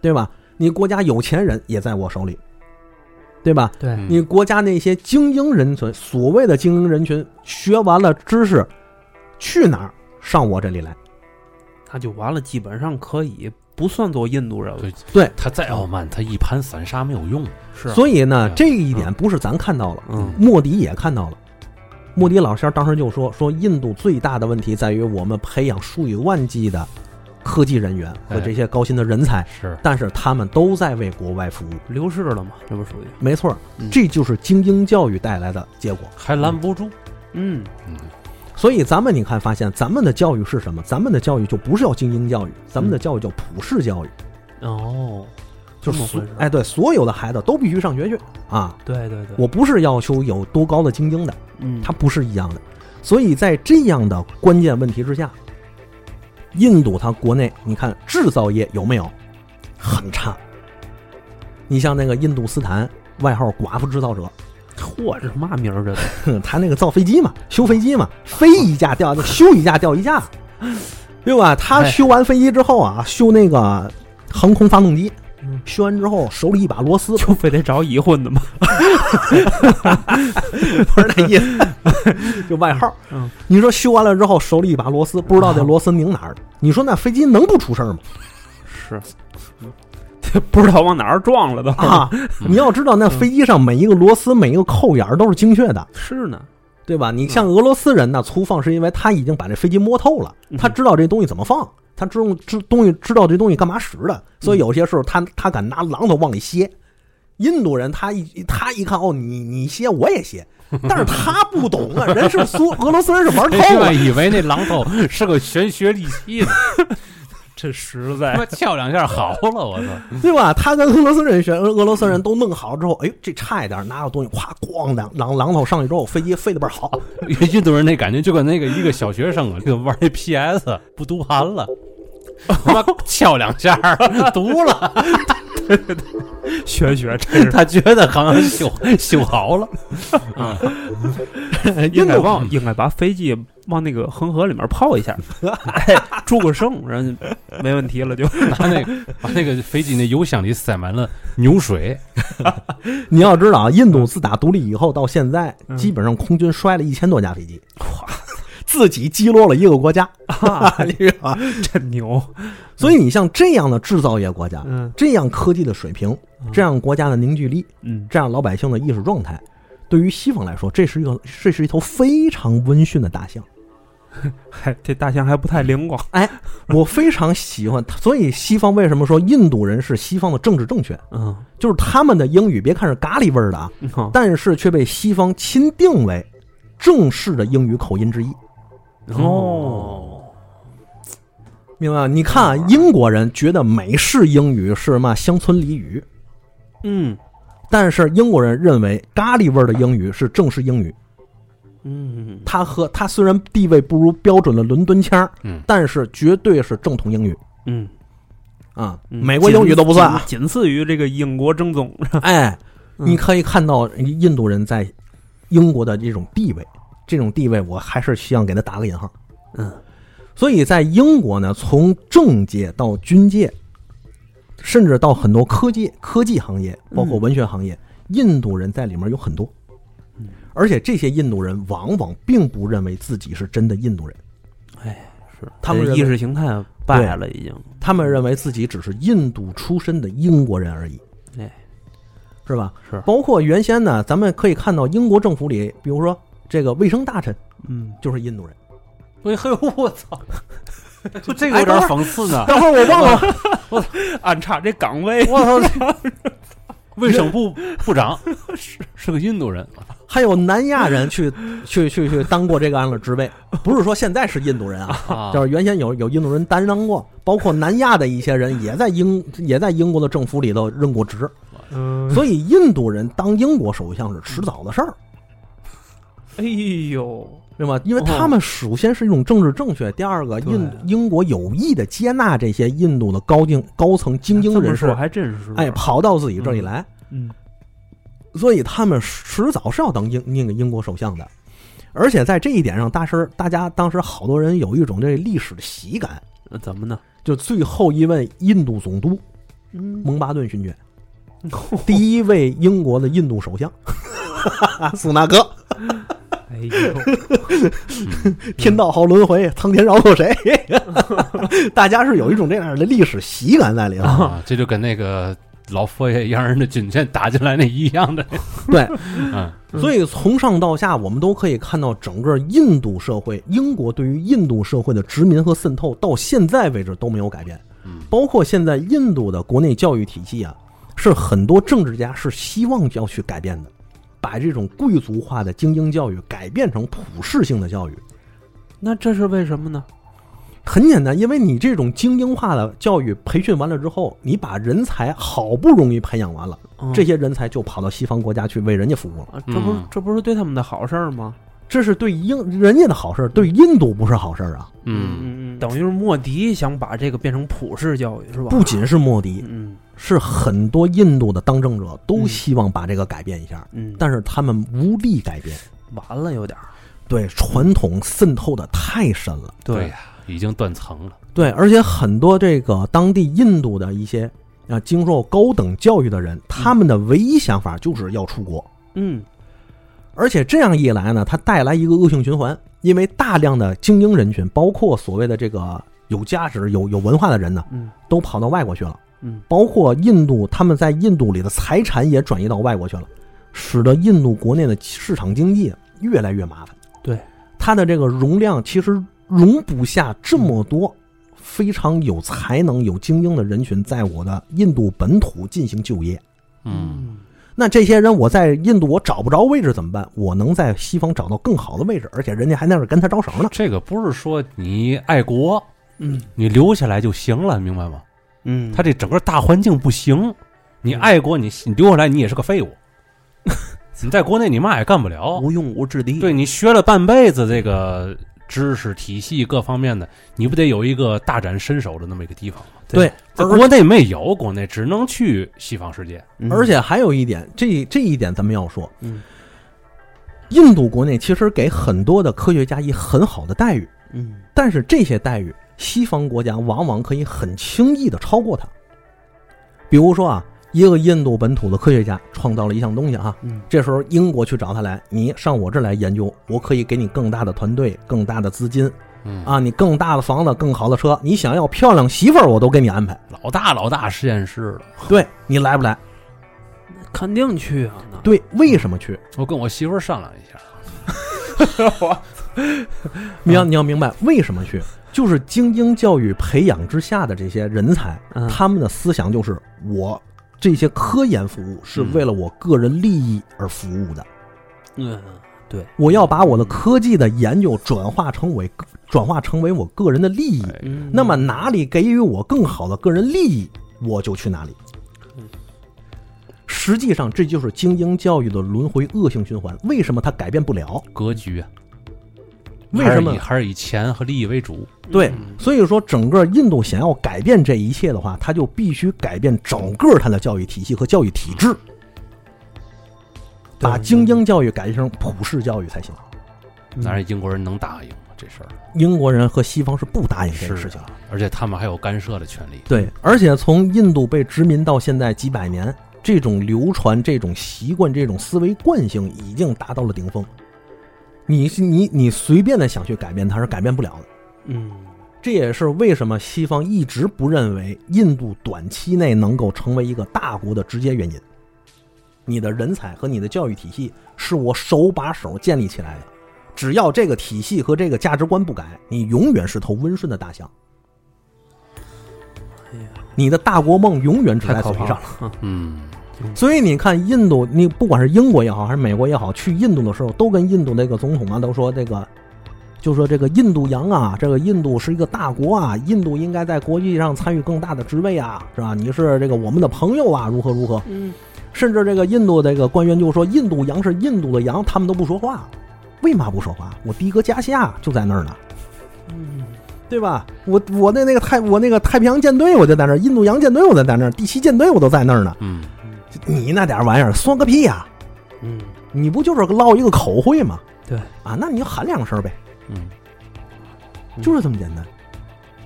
[SPEAKER 3] 对吧？你国家有钱人也在我手里，对吧？
[SPEAKER 2] 对
[SPEAKER 1] 嗯
[SPEAKER 3] 你国家那些精英人群，所谓的精英人群，学完了知识，去哪儿上我这里来？
[SPEAKER 2] 那就完了，基本上可以不算作印度人了
[SPEAKER 1] 对。
[SPEAKER 3] 对，
[SPEAKER 1] 他再傲慢，他一盘散沙没有用。
[SPEAKER 2] 是，
[SPEAKER 3] 所以呢，
[SPEAKER 1] 嗯
[SPEAKER 3] 这一点不是咱看到了，
[SPEAKER 2] 嗯
[SPEAKER 3] 莫迪也看到了。莫迪老师当时就说：“说印度最大的问题在于我们培养数以万计的科技人员
[SPEAKER 2] 哎
[SPEAKER 3] 和这些高薪的人才，
[SPEAKER 1] 是，
[SPEAKER 3] 但是他们都在为国外服务。
[SPEAKER 2] 流失了嘛，这不属于
[SPEAKER 3] 没错儿
[SPEAKER 2] 嗯，
[SPEAKER 3] 这就是精英教育带来的结果。
[SPEAKER 1] 还拦不住。
[SPEAKER 2] 嗯
[SPEAKER 1] 嗯
[SPEAKER 3] 所以咱们你看，发现咱们的教育是什么？咱们的教育就不是叫精英教育，咱们的教育叫普世教育，
[SPEAKER 2] 哦，
[SPEAKER 3] 就
[SPEAKER 2] 这嗯
[SPEAKER 3] 是
[SPEAKER 2] 么
[SPEAKER 3] 所
[SPEAKER 2] 回事啊
[SPEAKER 3] 哎，对，所有的孩子都必须上学去啊！
[SPEAKER 2] 对对对，
[SPEAKER 3] 我不是要求有多高的精英的，
[SPEAKER 2] 嗯
[SPEAKER 3] 它不是一样的。所以在这样的关键问题之下，印度它国内你看制造业有没有很差？你像那个印度斯坦，外号“寡妇制造者
[SPEAKER 2] 嚯，这是嘛名儿？这都”，
[SPEAKER 3] 哼他那个造飞机嘛，修飞机嘛，飞一架掉一修一架掉一架，对吧？他
[SPEAKER 1] 哎
[SPEAKER 3] 修完飞机之后啊，修那个航空发动机
[SPEAKER 2] 嗯，
[SPEAKER 3] 修完之后手里一把螺丝，
[SPEAKER 2] 就非得找已婚的嘛？
[SPEAKER 3] 不是那意思， 就外号。
[SPEAKER 2] 嗯，
[SPEAKER 3] 你说修完了之后手里一把螺丝，不知道这螺丝拧哪儿的，你说那飞机能不出事儿吗？
[SPEAKER 2] 是， 这不知道往哪儿撞了都。
[SPEAKER 3] 啊，你要知道那飞机上每一个螺丝、每一个扣眼儿都是精确的，
[SPEAKER 2] 是呢，
[SPEAKER 3] 对吧？你像俄罗斯人呢，粗放是因为他已经把这飞机摸透了，他知道这东西怎么放。他知道知东西知道这东西干嘛使的，所以有些时候他他敢拿榔头往里歇。印度人他一他一看哦，你你歇我也歇，但是他不懂啊，人是苏俄罗斯人是玩透
[SPEAKER 1] 另
[SPEAKER 3] 了
[SPEAKER 1] 外，以为那榔头是个玄学利器呢，
[SPEAKER 2] 真实
[SPEAKER 1] 他
[SPEAKER 2] 在
[SPEAKER 1] 妈撬两下好了，我操！
[SPEAKER 3] 对吧？他跟俄罗斯人学，俄罗斯人都弄好了之后，哎，这差一点拿着东西，咵，咣，榔榔榔头上去之后，飞机飞得倍儿 好。
[SPEAKER 1] 印度人那感觉就跟那个一个小学生啊， 就玩那 PS 不读盘了，他妈敲两下儿 读了，
[SPEAKER 2] 玄学，真 是
[SPEAKER 1] 他觉得好像修修好了。嗯，
[SPEAKER 2] 应
[SPEAKER 3] 印
[SPEAKER 2] 该
[SPEAKER 3] 度
[SPEAKER 2] 往应该把飞机往那个恒河里面泡 一下，哎，助个圣，然后就没问题了就。
[SPEAKER 1] 拿那个把那个飞机那油箱里塞满了牛水，
[SPEAKER 3] 你要知道啊，印度自打独立以后到现在，
[SPEAKER 2] 嗯
[SPEAKER 3] 基本上空军摔了一千多架飞机，哇，自己击落了一个国家，
[SPEAKER 2] 啊，
[SPEAKER 3] 你知道吧
[SPEAKER 2] 真牛！
[SPEAKER 3] 所以你像这样的制造业国家，
[SPEAKER 2] 嗯
[SPEAKER 3] 这样科技的水平，这样国家的凝聚力，
[SPEAKER 2] 嗯，
[SPEAKER 3] 这样老百姓的意识状态，对于西方来说，这是一个这是一头非常温驯的大象。
[SPEAKER 2] 还这大象还不太灵光。
[SPEAKER 3] 我非常喜欢它，所以西方为什么说印度人是西方的政治正确？
[SPEAKER 2] 嗯，
[SPEAKER 3] 就是他们的英语，别看是咖喱味儿的啊，
[SPEAKER 2] 嗯
[SPEAKER 3] 但是却被西方钦定为正式的英语口音之一。
[SPEAKER 2] 哦，
[SPEAKER 3] 明白吗？你看啊，英国人觉得美式英语是嘛乡村俚语，
[SPEAKER 2] 嗯
[SPEAKER 3] 但是英国人认为咖喱味儿的英语是正式英语。
[SPEAKER 2] 嗯，
[SPEAKER 3] 他和他虽然地位不如标准的伦敦腔儿，
[SPEAKER 1] 嗯
[SPEAKER 3] 但是绝对是正统英语
[SPEAKER 2] 嗯，
[SPEAKER 3] 啊。
[SPEAKER 2] 嗯
[SPEAKER 3] 美国英语都不算啊。
[SPEAKER 2] 仅仅仅次于这个英国正宗。
[SPEAKER 3] 哎，
[SPEAKER 2] 嗯
[SPEAKER 3] 你可以看到印度人在英国的这种地位，这种地位我还是希望给他打个引号。
[SPEAKER 2] 嗯
[SPEAKER 3] 所以在英国呢，从政界到军界，甚至到很多科技科技行业，包括
[SPEAKER 2] 嗯
[SPEAKER 3] 文学行业，印度人在里面有很多。而且这些印度人往往并不认为自己是真的印度人，
[SPEAKER 2] 是
[SPEAKER 3] 他们
[SPEAKER 2] 这
[SPEAKER 3] 认为
[SPEAKER 2] 意识形态败了，已经。
[SPEAKER 3] 他们认为自己只是印度出身的英国人而已，
[SPEAKER 2] 哎，
[SPEAKER 3] 是吧？
[SPEAKER 2] 是
[SPEAKER 3] 包括原先呢，咱们可以看到英国政府里，比如说这个卫生大臣
[SPEAKER 2] 嗯，
[SPEAKER 3] 就是印度人。
[SPEAKER 1] 哎嘿，我操！就这
[SPEAKER 3] 个有点
[SPEAKER 1] 讽刺呢。
[SPEAKER 2] 哎
[SPEAKER 3] 等会儿我忘了，
[SPEAKER 2] 安插这岗位，
[SPEAKER 1] 我操！卫生部部长是是个印度人，
[SPEAKER 3] 还有南亚 人去去去去当过这个样的职位，不是说现在是印度人啊，
[SPEAKER 1] 啊
[SPEAKER 3] 就是原先有有印度人担当过，包括南亚的一些人也在英也在英国的政府里头任过职，
[SPEAKER 2] 嗯，
[SPEAKER 3] 所以印度人当英国首相是迟早的事儿。
[SPEAKER 2] 哎呦，
[SPEAKER 3] 对吧？因为他们首先是一种政治正确，第二个，
[SPEAKER 2] 哦对
[SPEAKER 3] 印英国有意的接纳这些印度的高精高层精英
[SPEAKER 2] 这么
[SPEAKER 3] 人
[SPEAKER 2] 说
[SPEAKER 3] 士，
[SPEAKER 2] 还真是。啊
[SPEAKER 3] 哎，跑到自己这里来，
[SPEAKER 2] 嗯
[SPEAKER 3] 所以他们迟早是要当英那个英国首相的。而且在这一点上，大师大家当时好多人有一种这历史的喜感，
[SPEAKER 2] 那怎么呢？
[SPEAKER 3] 就最后一位印度总督
[SPEAKER 2] 嗯，
[SPEAKER 3] 蒙巴顿勋爵，第一位英国的印度首相， 苏纳克，
[SPEAKER 2] 哎呦，
[SPEAKER 3] 天道好轮回，苍天饶过谁？ 大家是有一种这样的历史喜感在里头。
[SPEAKER 1] 啊，这就跟那个老佛爷让人的军舰打进来那一样的。
[SPEAKER 3] 对，
[SPEAKER 1] 嗯，
[SPEAKER 2] 嗯
[SPEAKER 3] 所以从上到下，我们都可以看到整个印度社会，英国对于印度社会的殖民和渗透，到现在为止都没有改变
[SPEAKER 1] 嗯。
[SPEAKER 3] 包括现在印度的国内教育体系啊，是很多政治家是希望要去改变的，把这种贵族化的精英教育改变成普世性的教育。
[SPEAKER 2] 那这是为什么呢？
[SPEAKER 3] 很简单，因为你这种精英化的教育培训完了之后，你把人才好不容易培养完了，
[SPEAKER 2] 嗯
[SPEAKER 3] 这些人才就跑到西方国家去为人家服务了。
[SPEAKER 2] 啊，这不是
[SPEAKER 1] 嗯
[SPEAKER 2] 这不是对他们的好事儿吗？
[SPEAKER 3] 这是对英人家的好事儿，对印度不是好事儿啊！
[SPEAKER 1] 嗯，
[SPEAKER 2] 嗯，等于是莫迪想把这个变成普世教育是吧？
[SPEAKER 3] 不仅是莫迪，
[SPEAKER 2] 嗯，
[SPEAKER 3] 是很多印度的当政者都希望把这个改变一下，
[SPEAKER 2] 嗯嗯，
[SPEAKER 3] 但是他们无力改变。
[SPEAKER 2] 完了有点儿，
[SPEAKER 3] 对传统渗透的太深了，
[SPEAKER 1] 对呀，已经断层了。
[SPEAKER 3] 对，而且很多这个当地印度的一些啊经受高等教育的人，他们的唯一想法就是要出国，
[SPEAKER 2] 嗯
[SPEAKER 3] 而且这样一来呢，它带来一个恶性循环，因为大量的精英人群，包括所谓的这个有价值、有有文化的人呢，
[SPEAKER 2] 嗯
[SPEAKER 3] 都跑到外国去了。
[SPEAKER 2] 嗯，
[SPEAKER 3] 包括印度，他们在印度里的财产也转移到外国去了，使得印度国内的市场经济越来越麻烦。
[SPEAKER 2] 对，
[SPEAKER 3] 它的这个容量其实容不下这么多非常有才能、有精英的人群在我的印度本土进行就业。
[SPEAKER 1] 嗯，
[SPEAKER 3] 那这些人我在印度我找不着位置怎么办？我能在西方找到更好的位置，而且人家还在那儿跟他招手呢。
[SPEAKER 1] 这个不是说你爱国，
[SPEAKER 2] 嗯
[SPEAKER 1] 你留下来就行了，明白吗？
[SPEAKER 2] 嗯，
[SPEAKER 1] 他这整个大环境不行，你爱国你你留下来你也是个 废物，你在国内你嘛也干不了。
[SPEAKER 2] 无用武之地，
[SPEAKER 1] 对你学了半辈子这个知识体系各方面的，你不得有一个大展身手的那么一个地方吗？
[SPEAKER 3] 对，
[SPEAKER 1] 在国内没有，国内只能去西方世界。
[SPEAKER 2] 嗯，
[SPEAKER 3] 而且还有一点，这这一点咱们要说，
[SPEAKER 2] 嗯
[SPEAKER 3] 印度国内其实给很多的科学家以很好的待遇，
[SPEAKER 2] 嗯
[SPEAKER 3] 但是这些待遇，西方国家往往可以很轻易的超过它。比如说啊，一个印度本土的科学家创造了一项东西啊，
[SPEAKER 2] 嗯
[SPEAKER 3] 这时候英国去找他来，你上我这儿来研究，我可以给你更大的团队、更大的资金
[SPEAKER 1] 嗯，
[SPEAKER 3] 啊，你更大的房子、更好的车，你想要漂亮媳妇儿，我都给你安排。
[SPEAKER 1] 老大老大实验室了，
[SPEAKER 3] 对你来不来？
[SPEAKER 2] 肯定去啊，那
[SPEAKER 3] 对，为什么去？
[SPEAKER 1] 我跟我媳妇儿商量一下。
[SPEAKER 3] 你要你要明白为什么去，就是精英教育培养之下的这些人才，
[SPEAKER 2] 嗯
[SPEAKER 3] 他们的思想就是我这些科研服务是为了我个人利益而服务的，
[SPEAKER 2] 嗯对，
[SPEAKER 3] 我要把我的科技的研究转化成为转化成为我个人的利益。
[SPEAKER 1] 哎
[SPEAKER 2] 嗯
[SPEAKER 3] 那么哪里给予我更好的个人利益，我就去哪里
[SPEAKER 2] 嗯。
[SPEAKER 3] 实际上，这就是精英教育的轮回恶性循环。为什么它改变不了？
[SPEAKER 1] 格局啊，
[SPEAKER 3] 为
[SPEAKER 1] 还是
[SPEAKER 3] 什么
[SPEAKER 1] 以还是以钱和利益为主？
[SPEAKER 3] 对
[SPEAKER 2] 嗯，
[SPEAKER 3] 所以说整个印度想要改变这一切的话，他就必须改变整个他的教育体系和教育体制，把精英教育改成普世教育才行。
[SPEAKER 2] 嗯
[SPEAKER 1] 当然，英国人能答应吗这事儿？
[SPEAKER 3] 英国人和西方是不答应这个
[SPEAKER 1] 是
[SPEAKER 3] 事
[SPEAKER 1] 的
[SPEAKER 3] 情的。
[SPEAKER 1] 而且他们还有干涉的权利。
[SPEAKER 3] 对，而且从印度被殖民到现在几百年，这种流传、这种习惯、这种思维惯性已经达到了顶峰。你你你随便的想去改变它是改变不了的。
[SPEAKER 2] 嗯
[SPEAKER 3] 这也是为什么西方一直不认为印度短期内能够成为一个大国的直接原因。你的人才和你的教育体系是我手把手建立起来的，只要这个体系和这个价值观不改，你永远是头温顺的大象。你的大国梦永远只在
[SPEAKER 2] 哎太
[SPEAKER 3] 嘴
[SPEAKER 2] 可怕
[SPEAKER 3] 上。
[SPEAKER 2] 了，
[SPEAKER 1] 嗯，
[SPEAKER 3] 所以你看，印度，你不管是英国也好，还是美国也好，去印度的时候，都跟印度那个总统啊，都说这个，就说这个印度洋啊，这个印度是一个大国啊，印度应该在国际上参与更大的职位啊，是吧？你是这个我们的朋友啊，如何如何？
[SPEAKER 2] 嗯
[SPEAKER 3] 甚至这个印度这个官员就说，印度洋是印度的洋，他们都不说话，为嘛不说话？我的哥家下就在那儿呢，
[SPEAKER 2] 嗯
[SPEAKER 3] 对吧？我我的那个太我那个太平洋舰队我就在那儿，印度洋舰队我就在那儿，第七舰队我都在那儿呢，
[SPEAKER 1] 嗯，
[SPEAKER 3] 你那点儿玩意儿算个屁呀、啊
[SPEAKER 2] 嗯
[SPEAKER 3] 你不就是唠一个口惠吗？
[SPEAKER 2] 对
[SPEAKER 3] 啊，那你就喊两声呗，
[SPEAKER 1] 嗯，
[SPEAKER 2] 嗯
[SPEAKER 3] 就是这么简单。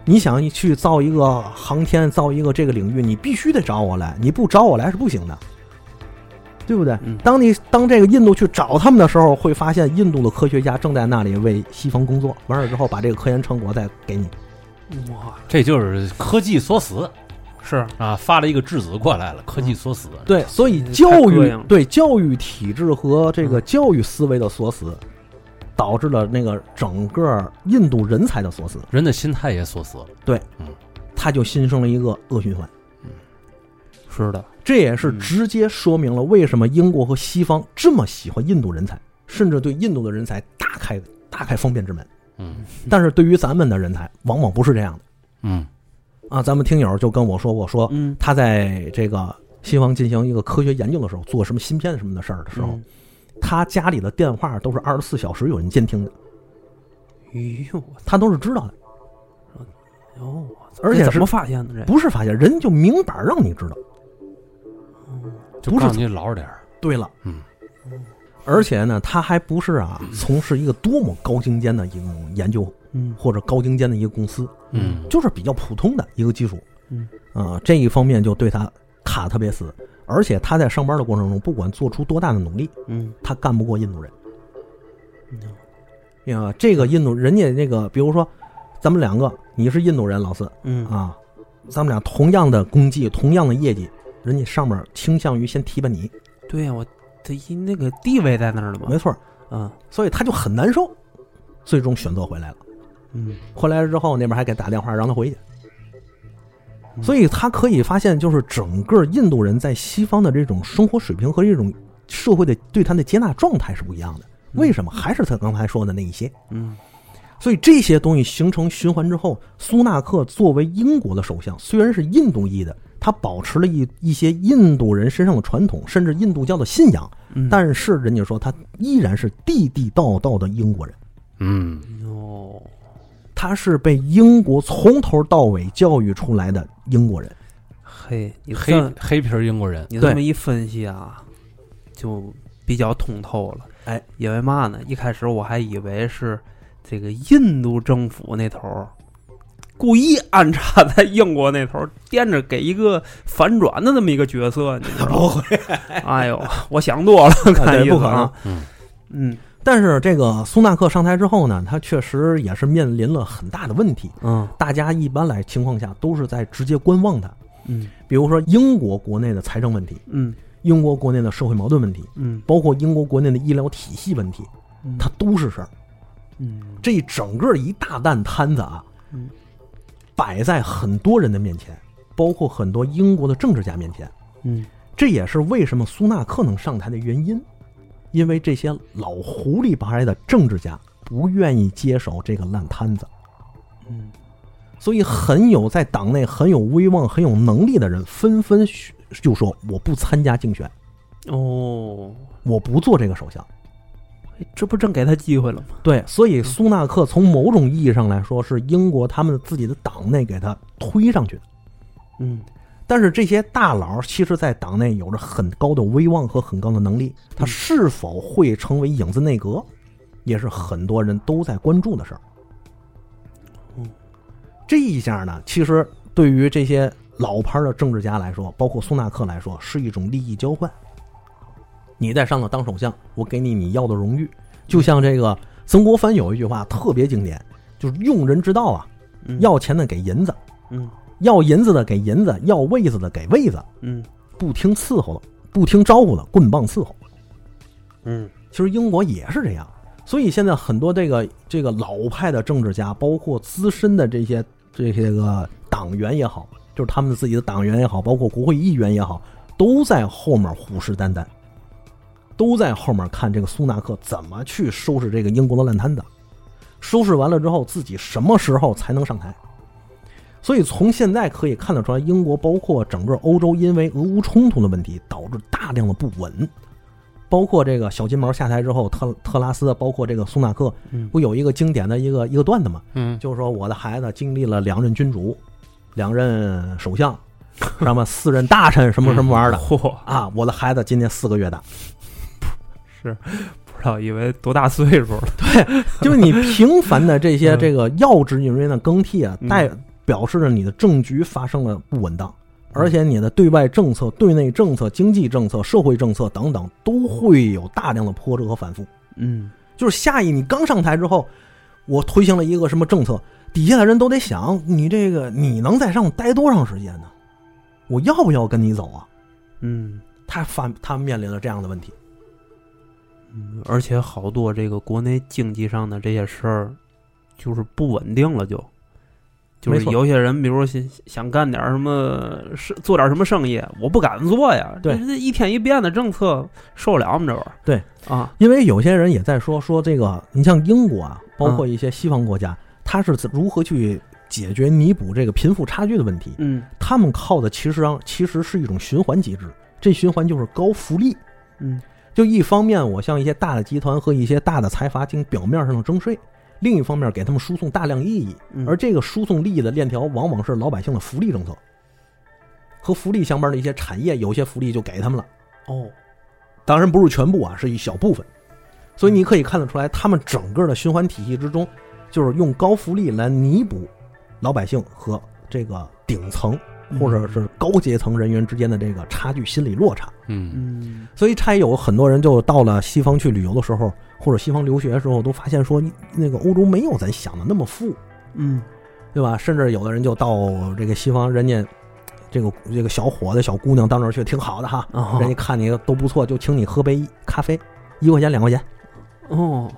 [SPEAKER 3] 你想你去造一个航天，造一个这个领域，你必须得找我来，你不找我来是不行的，对不对？
[SPEAKER 2] 嗯
[SPEAKER 3] 当你当这个印度去找他们的时候，会发现印度的科学家正在那里为西方工作，完事儿之后把这个科研成果再给你。
[SPEAKER 2] 哇
[SPEAKER 1] 这就是科技锁死
[SPEAKER 2] 是
[SPEAKER 1] 啊！发了一个质子过来了，科技锁死。
[SPEAKER 3] 对，所以
[SPEAKER 2] 嗯
[SPEAKER 3] 教
[SPEAKER 2] 太膈
[SPEAKER 3] 育
[SPEAKER 2] 应了嗯
[SPEAKER 3] 对教育体制和这个教育思维的锁死，导致了那个整个印度人才的锁死。
[SPEAKER 1] 人的心态也锁死了。
[SPEAKER 3] 他就心生了一个恶循环。
[SPEAKER 2] 是的，
[SPEAKER 3] 这也是直接说明了为什么英国和西方这么喜欢印度人才，甚至对印度的人才大开大开方便之门。
[SPEAKER 1] 嗯
[SPEAKER 3] 但是对于咱们的人才，往往不是这样的
[SPEAKER 1] 嗯
[SPEAKER 3] 啊。咱们听友就跟我说过，说
[SPEAKER 2] 嗯
[SPEAKER 3] 他在这个西方进行一个科学研究的时候，做什么芯片什么的事儿的时候，
[SPEAKER 2] 嗯
[SPEAKER 3] 他家里的电话都是二十四小时有人监听的，
[SPEAKER 2] 哎呦我
[SPEAKER 3] 他都是知道的，
[SPEAKER 2] 操！我操
[SPEAKER 3] 而且
[SPEAKER 2] 这
[SPEAKER 3] 是
[SPEAKER 2] 怎么发现的？这
[SPEAKER 3] 不是发现，人就明摆让你知道。
[SPEAKER 2] 嗯
[SPEAKER 1] 就
[SPEAKER 3] 不是
[SPEAKER 1] 告诉你老实点儿。
[SPEAKER 3] 对了，
[SPEAKER 1] 嗯，
[SPEAKER 3] 而且呢，他还不是啊，从事一个多么高精尖的一种研究
[SPEAKER 2] 嗯
[SPEAKER 3] 或者高精尖的一个公司，
[SPEAKER 1] 嗯
[SPEAKER 3] 就是比较普通的一个技术，
[SPEAKER 2] 嗯
[SPEAKER 3] 啊、这一方面就对他卡特别死，而且他在上班的过程中，不管做出多大的努力，
[SPEAKER 2] 嗯
[SPEAKER 3] 他干不过印度人。
[SPEAKER 2] 嗯
[SPEAKER 3] 呀，这个印度人家那个，比如说，咱们两个，你是印度人，老四
[SPEAKER 2] 嗯
[SPEAKER 3] 啊，咱们俩同样的功绩，同样的业绩，人家上面倾向于先提拔你，
[SPEAKER 2] 对呀，我这一那个地位在那儿了嘛
[SPEAKER 3] 没，错儿，
[SPEAKER 2] 啊
[SPEAKER 3] 所以他就很难受，最终选择回来了。
[SPEAKER 2] 嗯
[SPEAKER 3] 回来之后，那边还给打电话让他回去。
[SPEAKER 2] 嗯
[SPEAKER 3] 所以他可以发现，就是整个印度人在西方的这种生活水平和这种社会的对他的接纳状态是不一样的。为什么？还是他刚才说的那一些，
[SPEAKER 2] 嗯
[SPEAKER 3] 所以这些东西形成循环之后，苏纳克作为英国的首相，虽然是印度裔的，他保持了一一些印度人身上的传统，甚至印度教的信仰，
[SPEAKER 2] 嗯
[SPEAKER 3] 但是人家说他依然是地地道道的英国人，
[SPEAKER 1] 嗯，
[SPEAKER 2] 哦，
[SPEAKER 3] 他是被英国从头到尾教育出来的英国人。
[SPEAKER 2] 嘿，你
[SPEAKER 1] 黑
[SPEAKER 2] 这么
[SPEAKER 1] 黑皮儿英国人，
[SPEAKER 2] 你这
[SPEAKER 3] 对
[SPEAKER 2] 么一分析啊，就比较通透了。
[SPEAKER 3] 哎，
[SPEAKER 2] 因为嘛呢？一开始我还以为是这个印度政府那头儿故意安插在英国那头儿，惦着给一个反转的那么一个角色，你知道吗？
[SPEAKER 3] 不会，
[SPEAKER 2] 哎呦，我想多了，看
[SPEAKER 3] 对
[SPEAKER 2] 意
[SPEAKER 3] 不
[SPEAKER 2] 思
[SPEAKER 3] 可能
[SPEAKER 2] 啊。。
[SPEAKER 1] 嗯
[SPEAKER 2] 嗯
[SPEAKER 3] 但是这个苏纳克上台之后呢，他确实也是面临了很大的问题。
[SPEAKER 2] 嗯
[SPEAKER 3] 大家一般来情况下都是在直接观望他，
[SPEAKER 2] 嗯
[SPEAKER 3] 比如说英国国内的财政问题，
[SPEAKER 2] 嗯
[SPEAKER 3] 英国国内的社会矛盾问题，
[SPEAKER 2] 嗯
[SPEAKER 3] 包括英国国内的医疗体系问题，
[SPEAKER 2] 嗯，
[SPEAKER 3] 它都是事儿。
[SPEAKER 2] 嗯
[SPEAKER 3] 这整个一大担摊子啊
[SPEAKER 2] 嗯，
[SPEAKER 3] 摆在很多人的面前，包括很多英国的政治家面前。
[SPEAKER 2] 嗯
[SPEAKER 3] 这也是为什么苏纳克能上台的原因，因为这些老狐狸拔来的政治家不愿意接手这个烂摊子，
[SPEAKER 2] 嗯
[SPEAKER 3] 所以很有在党内很有威望、很有能力的人纷纷许就说我不参加竞选，
[SPEAKER 2] 哦，
[SPEAKER 3] 我不做这个首相。
[SPEAKER 2] 嘿这不正给他机会了吗？
[SPEAKER 3] 对，所以苏纳克从某种意义上来说是英国他们自己的党内给他推上去的。
[SPEAKER 2] 嗯
[SPEAKER 3] 但是这些大佬其实，在党内有着很高的威望和很高的能力，
[SPEAKER 2] 嗯
[SPEAKER 3] 他是否会成为影子内阁，也是很多人都在关注的事儿
[SPEAKER 2] 嗯。
[SPEAKER 3] 这一下呢，其实对于这些老牌的政治家来说，包括苏纳克来说，是一种利益交换。你在上头当首相，我给你你要的荣誉，就像这个曾国藩有一句话特别经典，就是用人之道啊，
[SPEAKER 2] 嗯，
[SPEAKER 3] 要钱的给银子，
[SPEAKER 2] 嗯
[SPEAKER 3] 要银子的给银子，要位子的给位子，
[SPEAKER 2] 嗯
[SPEAKER 3] 不听伺候的，不听招呼的，棍棒伺候。
[SPEAKER 2] 嗯
[SPEAKER 3] 其实英国也是这样，所以现在很多这个这个老派的政治家，包括资深的这些这些个党员也好，就是他们自己的党员也好，包括国会议员也好，都在后面虎视眈眈，都在后面看这个苏纳克怎么去收拾这个英国的烂摊子，收拾完了之后，自己什么时候才能上台？所以从现在可以看得出来，英国包括整个欧洲，因为俄乌冲突的问题，导致大量的不稳。包括这个小金毛下台之后，特特拉斯，包括这个苏纳克，
[SPEAKER 2] 嗯
[SPEAKER 3] 不有一个经典的一个一个段子嘛，
[SPEAKER 1] 嗯，
[SPEAKER 3] 就是说我的孩子经历了两任君主，两任首相， 什么四任大臣，什么什么玩意儿的
[SPEAKER 2] 嚯
[SPEAKER 3] 啊，我的孩子今年四个月大，
[SPEAKER 2] 不知道以为多大岁数了。
[SPEAKER 3] 就是你频繁的这些
[SPEAKER 2] 嗯
[SPEAKER 3] 这个要职人员的更替啊
[SPEAKER 2] 嗯，
[SPEAKER 3] 代表示着你的政局发生了不稳当，而且你的对外政策、对内政策、经济政策、社会政策等等，都会有大量的波折和反复。
[SPEAKER 2] 嗯
[SPEAKER 3] 就是下一你刚上台之后，我推行了一个什么政策，底下的人都得想，你这个你能在上待多长时间呢？我要不要跟你走啊？
[SPEAKER 2] 嗯
[SPEAKER 3] 他发他面临了这样的问题。
[SPEAKER 2] 嗯，而且好多这个国内经济上的这些事儿，就是不稳定了就，就
[SPEAKER 3] 没
[SPEAKER 2] 是
[SPEAKER 3] 错
[SPEAKER 2] 有些人，比如说想想干点什么事，做点什么生意，我不敢做呀。
[SPEAKER 3] 对
[SPEAKER 2] 这这一天一变的政策，受不了我们这玩意儿。
[SPEAKER 3] 对
[SPEAKER 2] 啊，
[SPEAKER 3] 因为有些人也在说说这个，你像英国啊，包括一些西方国家，它是怎如何去解决弥补这个贫富差距的问题？
[SPEAKER 2] 嗯
[SPEAKER 3] 他们靠的其实上其实是一种循环机制，这循环就是高福利。
[SPEAKER 2] 嗯
[SPEAKER 3] 就一方面，我向一些大的集团和一些大的财阀进行表面上的征税；另一方面，给他们输送大量利益，
[SPEAKER 2] 嗯，
[SPEAKER 3] 而这个输送利益的链条往往是老百姓的福利政策，和福利相关的一些产业，有些福利就给他们了。
[SPEAKER 2] 哦，
[SPEAKER 3] 当然不是全部啊，是一小部分。所以你可以看得出来，他们整个的循环体系之中，就是用高福利来弥补老百姓和这个顶层
[SPEAKER 2] 嗯
[SPEAKER 3] 或者是高阶层人员之间的这个差距心理落差。
[SPEAKER 1] 嗯
[SPEAKER 2] 嗯
[SPEAKER 3] 所以，差有很多人就到了西方去旅游的时候，或者西方留学的时候，都发现说，那个欧洲没有咱想的那么富，
[SPEAKER 2] 嗯
[SPEAKER 3] 对吧？甚至有的人就到这个西方，人家这个这个小伙子、小姑娘到那儿去，挺好的哈，
[SPEAKER 2] 啊
[SPEAKER 3] 人家看你都不错，就请你喝杯咖啡，一块钱两块钱。
[SPEAKER 2] 哦，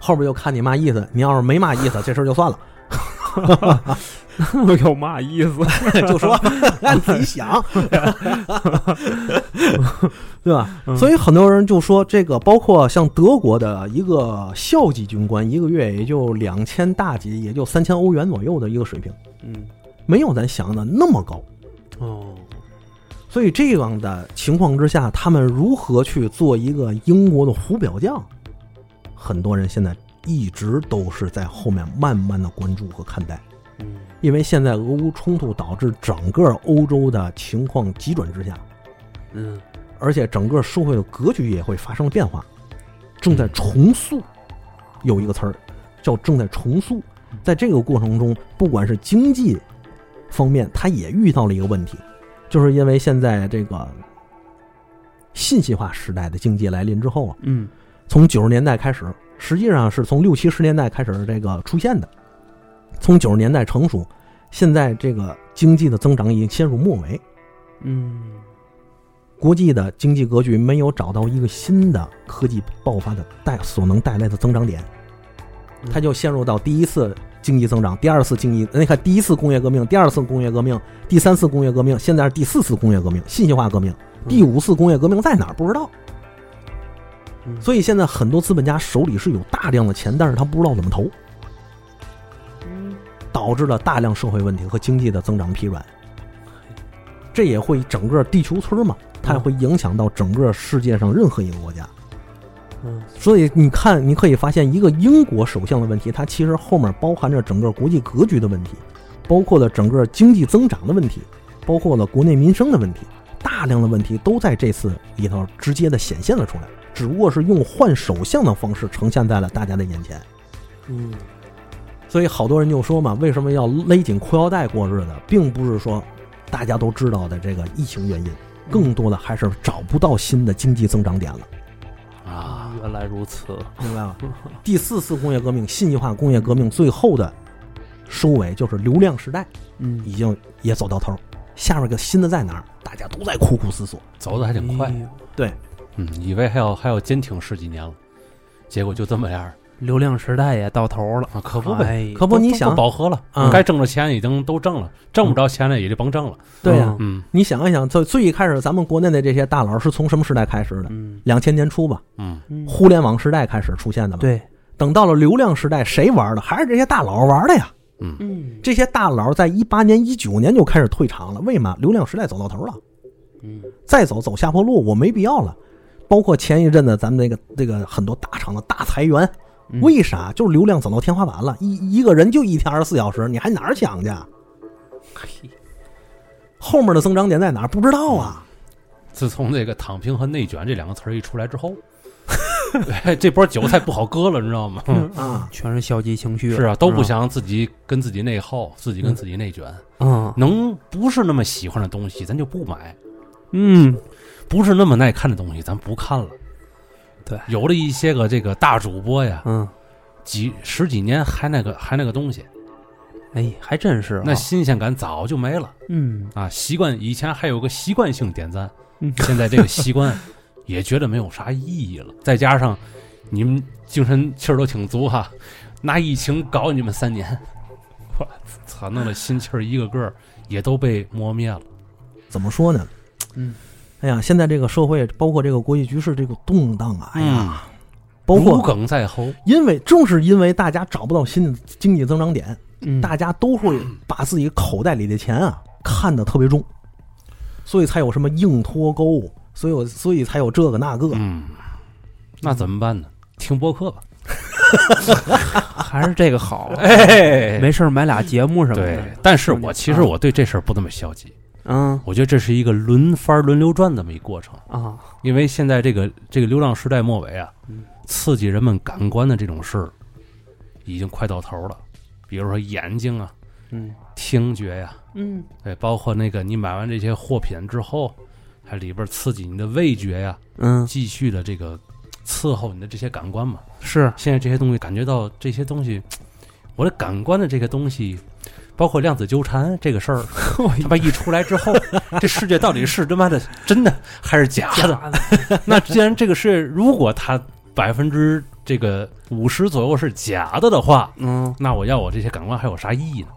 [SPEAKER 3] 后边又看你嘛意思，你要是没嘛意思，这事儿就算了。
[SPEAKER 2] 有嘛意思？
[SPEAKER 3] 就 说让你自己想，对吧？
[SPEAKER 2] 嗯
[SPEAKER 3] 所以很多人就说，这个包括像德国的一个校级军官，一个月也就两千大几，也就三千欧元左右的一个水平，
[SPEAKER 2] 嗯，
[SPEAKER 3] 没有咱想的那么高。
[SPEAKER 2] 哦，
[SPEAKER 3] 所以这样的情况之下，他们如何去做一个英国的胡表匠？很多人现在一直都是在后面慢慢的关注和看待，
[SPEAKER 2] 嗯
[SPEAKER 3] 因为现在俄乌冲突导致整个欧洲的情况急转直下，
[SPEAKER 2] 嗯
[SPEAKER 3] 而且整个社会的格局也会发生变化，正在重塑，有一个词儿叫正在重塑。在这个过程中，不管是经济方面，它也遇到了一个问题，就是因为现在这个信息化时代的经济来临之后啊，
[SPEAKER 2] 嗯
[SPEAKER 3] 从九十年代开始，实际上是从六七十年代开始这个出现的，从九十年代成熟，现在这个经济的增长已经陷入末尾。
[SPEAKER 2] 嗯
[SPEAKER 3] 国际的经济格局没有找到一个新的科技爆发的带所能带来的增长点，它就陷入到第一次经济增长、第二次经济，你看第一次工业革命、第二次工业革命、第三次工业革命，现在是第四次工业革命、信息化革命，第五次工业革命在哪儿不知道。
[SPEAKER 2] 嗯
[SPEAKER 3] 所以现在很多资本家手里是有大量的钱，但是他不知道怎么投，
[SPEAKER 2] 嗯
[SPEAKER 3] 导致了大量社会问题和经济的增长疲软。这也会整个地球村嘛，它也会影响到整个世界上任何一个国家。
[SPEAKER 2] 嗯
[SPEAKER 3] 所以你看，你可以发现一个英国首相的问题，它其实后面包含着整个国际格局的问题，包括了整个经济增长的问题，包括了国内民生的问题，大量的问题都在这次里头直接的显现了出来，只不过是用换首相的方式呈现在了大家的眼前。
[SPEAKER 2] 嗯
[SPEAKER 3] 所以好多人就说嘛，为什么要勒紧裤腰带过日子，并不是说大家都知道的这个疫情原因，更多的还是找不到新的经济增长点了。
[SPEAKER 1] 啊，
[SPEAKER 2] 原来 如此，
[SPEAKER 3] 明白吗？第四次工业革命、信息化工业革命最后的收尾就是流量时代
[SPEAKER 2] 嗯
[SPEAKER 3] 已经也走到头儿，下面个新的在哪儿？大家都在苦苦思索。
[SPEAKER 1] 走的还挺快
[SPEAKER 2] 哎。呦
[SPEAKER 1] 嗯，以为还要还要坚挺十几年了，结果就这么样儿
[SPEAKER 2] 流量时代也到头了，
[SPEAKER 1] 啊，可不呗。
[SPEAKER 2] 哎
[SPEAKER 3] 可不，
[SPEAKER 1] 都
[SPEAKER 3] 哦你
[SPEAKER 1] 都
[SPEAKER 3] 想
[SPEAKER 1] 饱和了
[SPEAKER 3] 嗯，
[SPEAKER 1] 该挣的钱已经都挣了，挣不着钱了也就甭挣了。
[SPEAKER 3] 对呀、
[SPEAKER 2] 嗯
[SPEAKER 1] 嗯
[SPEAKER 3] 你想一想，最最一开始咱们国内的这些大佬是从什么时代开始的？
[SPEAKER 2] 嗯
[SPEAKER 3] 两千年初吧，
[SPEAKER 1] 嗯，
[SPEAKER 2] 嗯
[SPEAKER 3] 互联网时代开始出现的吧。，
[SPEAKER 2] 对，
[SPEAKER 3] 等到了流量时代，谁玩的？还是这些大佬玩的呀。
[SPEAKER 2] 嗯
[SPEAKER 3] 这些大佬在一八年、一九年就开始退场了，为嘛？流量时代走到头了。
[SPEAKER 2] 嗯
[SPEAKER 3] 再走走下坡路，我没必要了。包括前一阵子咱们那个这个很多大厂的大裁员，
[SPEAKER 2] 嗯
[SPEAKER 3] 为啥？就是流量走到天花板了，一一个人就一天二十四小时，你还哪儿想去啊？
[SPEAKER 2] 嘿
[SPEAKER 3] 后面的增长点在哪儿？不知道啊。
[SPEAKER 1] 自从这个“躺平”和“内卷”这两个词儿一出来之后， 哎这波韭菜不好割了，你知道吗？
[SPEAKER 2] 嗯
[SPEAKER 3] 啊，
[SPEAKER 2] 全是嗯消极情绪，
[SPEAKER 1] 是啊，都不
[SPEAKER 2] 是吧，
[SPEAKER 1] 想让自己跟自己内耗，自己跟自己内卷。
[SPEAKER 2] 嗯
[SPEAKER 1] 能不是那么喜欢的东西，咱就不买；
[SPEAKER 2] 嗯，
[SPEAKER 1] 不是那么耐看的东西，咱不看了。
[SPEAKER 2] 对
[SPEAKER 1] 有的一些个这个大主播呀，
[SPEAKER 2] 嗯，
[SPEAKER 1] 几十几年还那个还那个东西，
[SPEAKER 2] 哎，还真是啊，
[SPEAKER 1] 那新鲜感早就没了
[SPEAKER 2] 嗯
[SPEAKER 1] 啊。习惯以前还有个习惯性点赞，
[SPEAKER 2] 嗯
[SPEAKER 1] 现在这个习惯也觉得没有啥意义了。再加上你们精神气儿都挺足哈，拿疫情搞你们三年，我操，弄得心气儿一个个儿也都被磨灭了。
[SPEAKER 3] 怎么说呢？
[SPEAKER 2] 嗯，
[SPEAKER 3] 哎呀，现在这个社会，包括这个国际局势这个动荡啊，哎
[SPEAKER 2] 嗯
[SPEAKER 3] 呀，
[SPEAKER 1] 呀，
[SPEAKER 3] 包
[SPEAKER 1] 如
[SPEAKER 3] 括
[SPEAKER 1] 鲠嗯在喉。
[SPEAKER 3] 因为正是因为大家找不到新的经济增长点，
[SPEAKER 2] 嗯
[SPEAKER 3] 大家都会把自己口袋里的钱啊看得特别重，所以才有什么硬脱钩，所以有所以才有这个那个。
[SPEAKER 1] 嗯，那怎么办呢？听播客吧。，
[SPEAKER 2] 还是这个好 啊
[SPEAKER 1] 哎
[SPEAKER 2] 没事儿买俩节目什么
[SPEAKER 1] 对
[SPEAKER 2] 的，，
[SPEAKER 1] 但是我其实我对这事儿不那么消极，
[SPEAKER 2] 嗯
[SPEAKER 1] 我觉得这是一个轮番儿轮流转这么一过程。
[SPEAKER 2] 啊，
[SPEAKER 1] 因为现在这个这个流浪时代末尾啊
[SPEAKER 2] 嗯，
[SPEAKER 1] 刺激人们感官的这种事儿，已经快到头了。比如说眼睛啊、
[SPEAKER 2] 嗯
[SPEAKER 1] 听觉呀、
[SPEAKER 2] 嗯
[SPEAKER 1] 对，包括那个你买完这些货品之后，它里边刺激你的味觉呀、
[SPEAKER 2] 嗯，
[SPEAKER 1] 继续的这个伺候你的这些感官嘛。
[SPEAKER 2] 是，
[SPEAKER 1] 现在这些东西感觉到这些东西，我的感官的这个东西，包括量子纠缠这个事儿，他妈一出来之后，这世界到底是他妈的真的还是假的？
[SPEAKER 2] 的，
[SPEAKER 1] 那既然这个世界，如果它百分之这个五十左右是假的的话，
[SPEAKER 2] 嗯
[SPEAKER 1] 那我要我这些感官还有啥意义呢？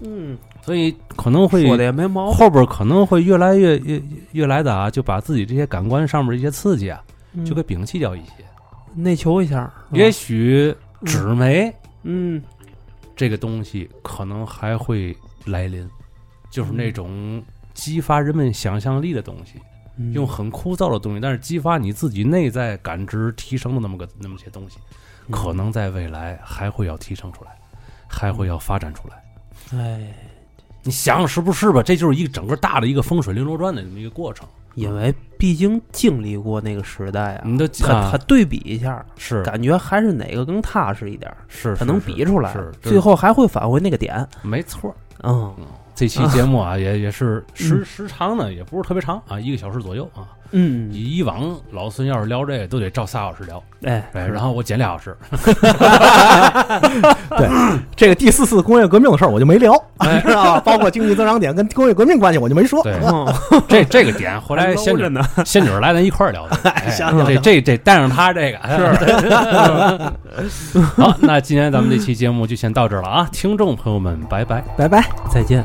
[SPEAKER 2] 嗯，
[SPEAKER 1] 所以可能会
[SPEAKER 2] 说的也没毛病，
[SPEAKER 1] 后边可能会越来越越越来的啊，就把自己这些感官上面的一些刺激啊，
[SPEAKER 2] 嗯
[SPEAKER 1] 就给摒弃掉一些。
[SPEAKER 2] 内求一下，是吧
[SPEAKER 1] 也许纸媒
[SPEAKER 2] 嗯
[SPEAKER 1] 这个东西可能还会来临，就是那种激发人们想象力的东西，
[SPEAKER 2] 嗯
[SPEAKER 1] 用很枯燥的东西，但是激发你自己内在感知提升的那么个那么些东西，
[SPEAKER 2] 嗯
[SPEAKER 1] 可能在未来还会要提升出来，还
[SPEAKER 2] 嗯
[SPEAKER 1] 会要发展出来。
[SPEAKER 2] 哎，
[SPEAKER 1] 你想想是不是吧？这就是一个整个大的一个风水轮流转的这么一个过程。
[SPEAKER 2] 因为毕竟经历过那个时代啊，
[SPEAKER 1] 你都
[SPEAKER 2] 他他
[SPEAKER 1] 啊
[SPEAKER 2] 对比一下，
[SPEAKER 1] 是
[SPEAKER 2] 感觉还是哪个更踏实一点儿，
[SPEAKER 1] 是
[SPEAKER 2] 他能
[SPEAKER 1] 是
[SPEAKER 2] 比出来
[SPEAKER 1] 是，
[SPEAKER 2] 最
[SPEAKER 1] 后
[SPEAKER 2] 后还会返回那个点。
[SPEAKER 1] 没错儿。
[SPEAKER 2] 嗯
[SPEAKER 1] 这期节目啊，也也是时
[SPEAKER 2] 嗯
[SPEAKER 1] 时长呢，也不是特别长啊，一个小时左右啊。
[SPEAKER 2] 嗯，
[SPEAKER 1] 以往老孙要是聊这个，都得照仨小时聊，
[SPEAKER 2] 哎，
[SPEAKER 1] 哎，然后我剪俩小时，
[SPEAKER 3] 这个第四次工业革命的事儿我就没聊，
[SPEAKER 1] 哎
[SPEAKER 3] 是吧？包括经济增长点跟工业革命关系我就没说。
[SPEAKER 1] 对，
[SPEAKER 2] 嗯
[SPEAKER 1] 这这个点，后来
[SPEAKER 2] 还
[SPEAKER 1] 仙
[SPEAKER 2] 搂
[SPEAKER 1] 女
[SPEAKER 2] 着呢，
[SPEAKER 1] 仙女儿来咱一块儿聊的，哎
[SPEAKER 3] 行行
[SPEAKER 1] 这这这带上她这个是。 好，那今天咱们这期节目就先到这儿了啊，听众朋友们，拜拜。
[SPEAKER 3] 拜拜。
[SPEAKER 2] 再见。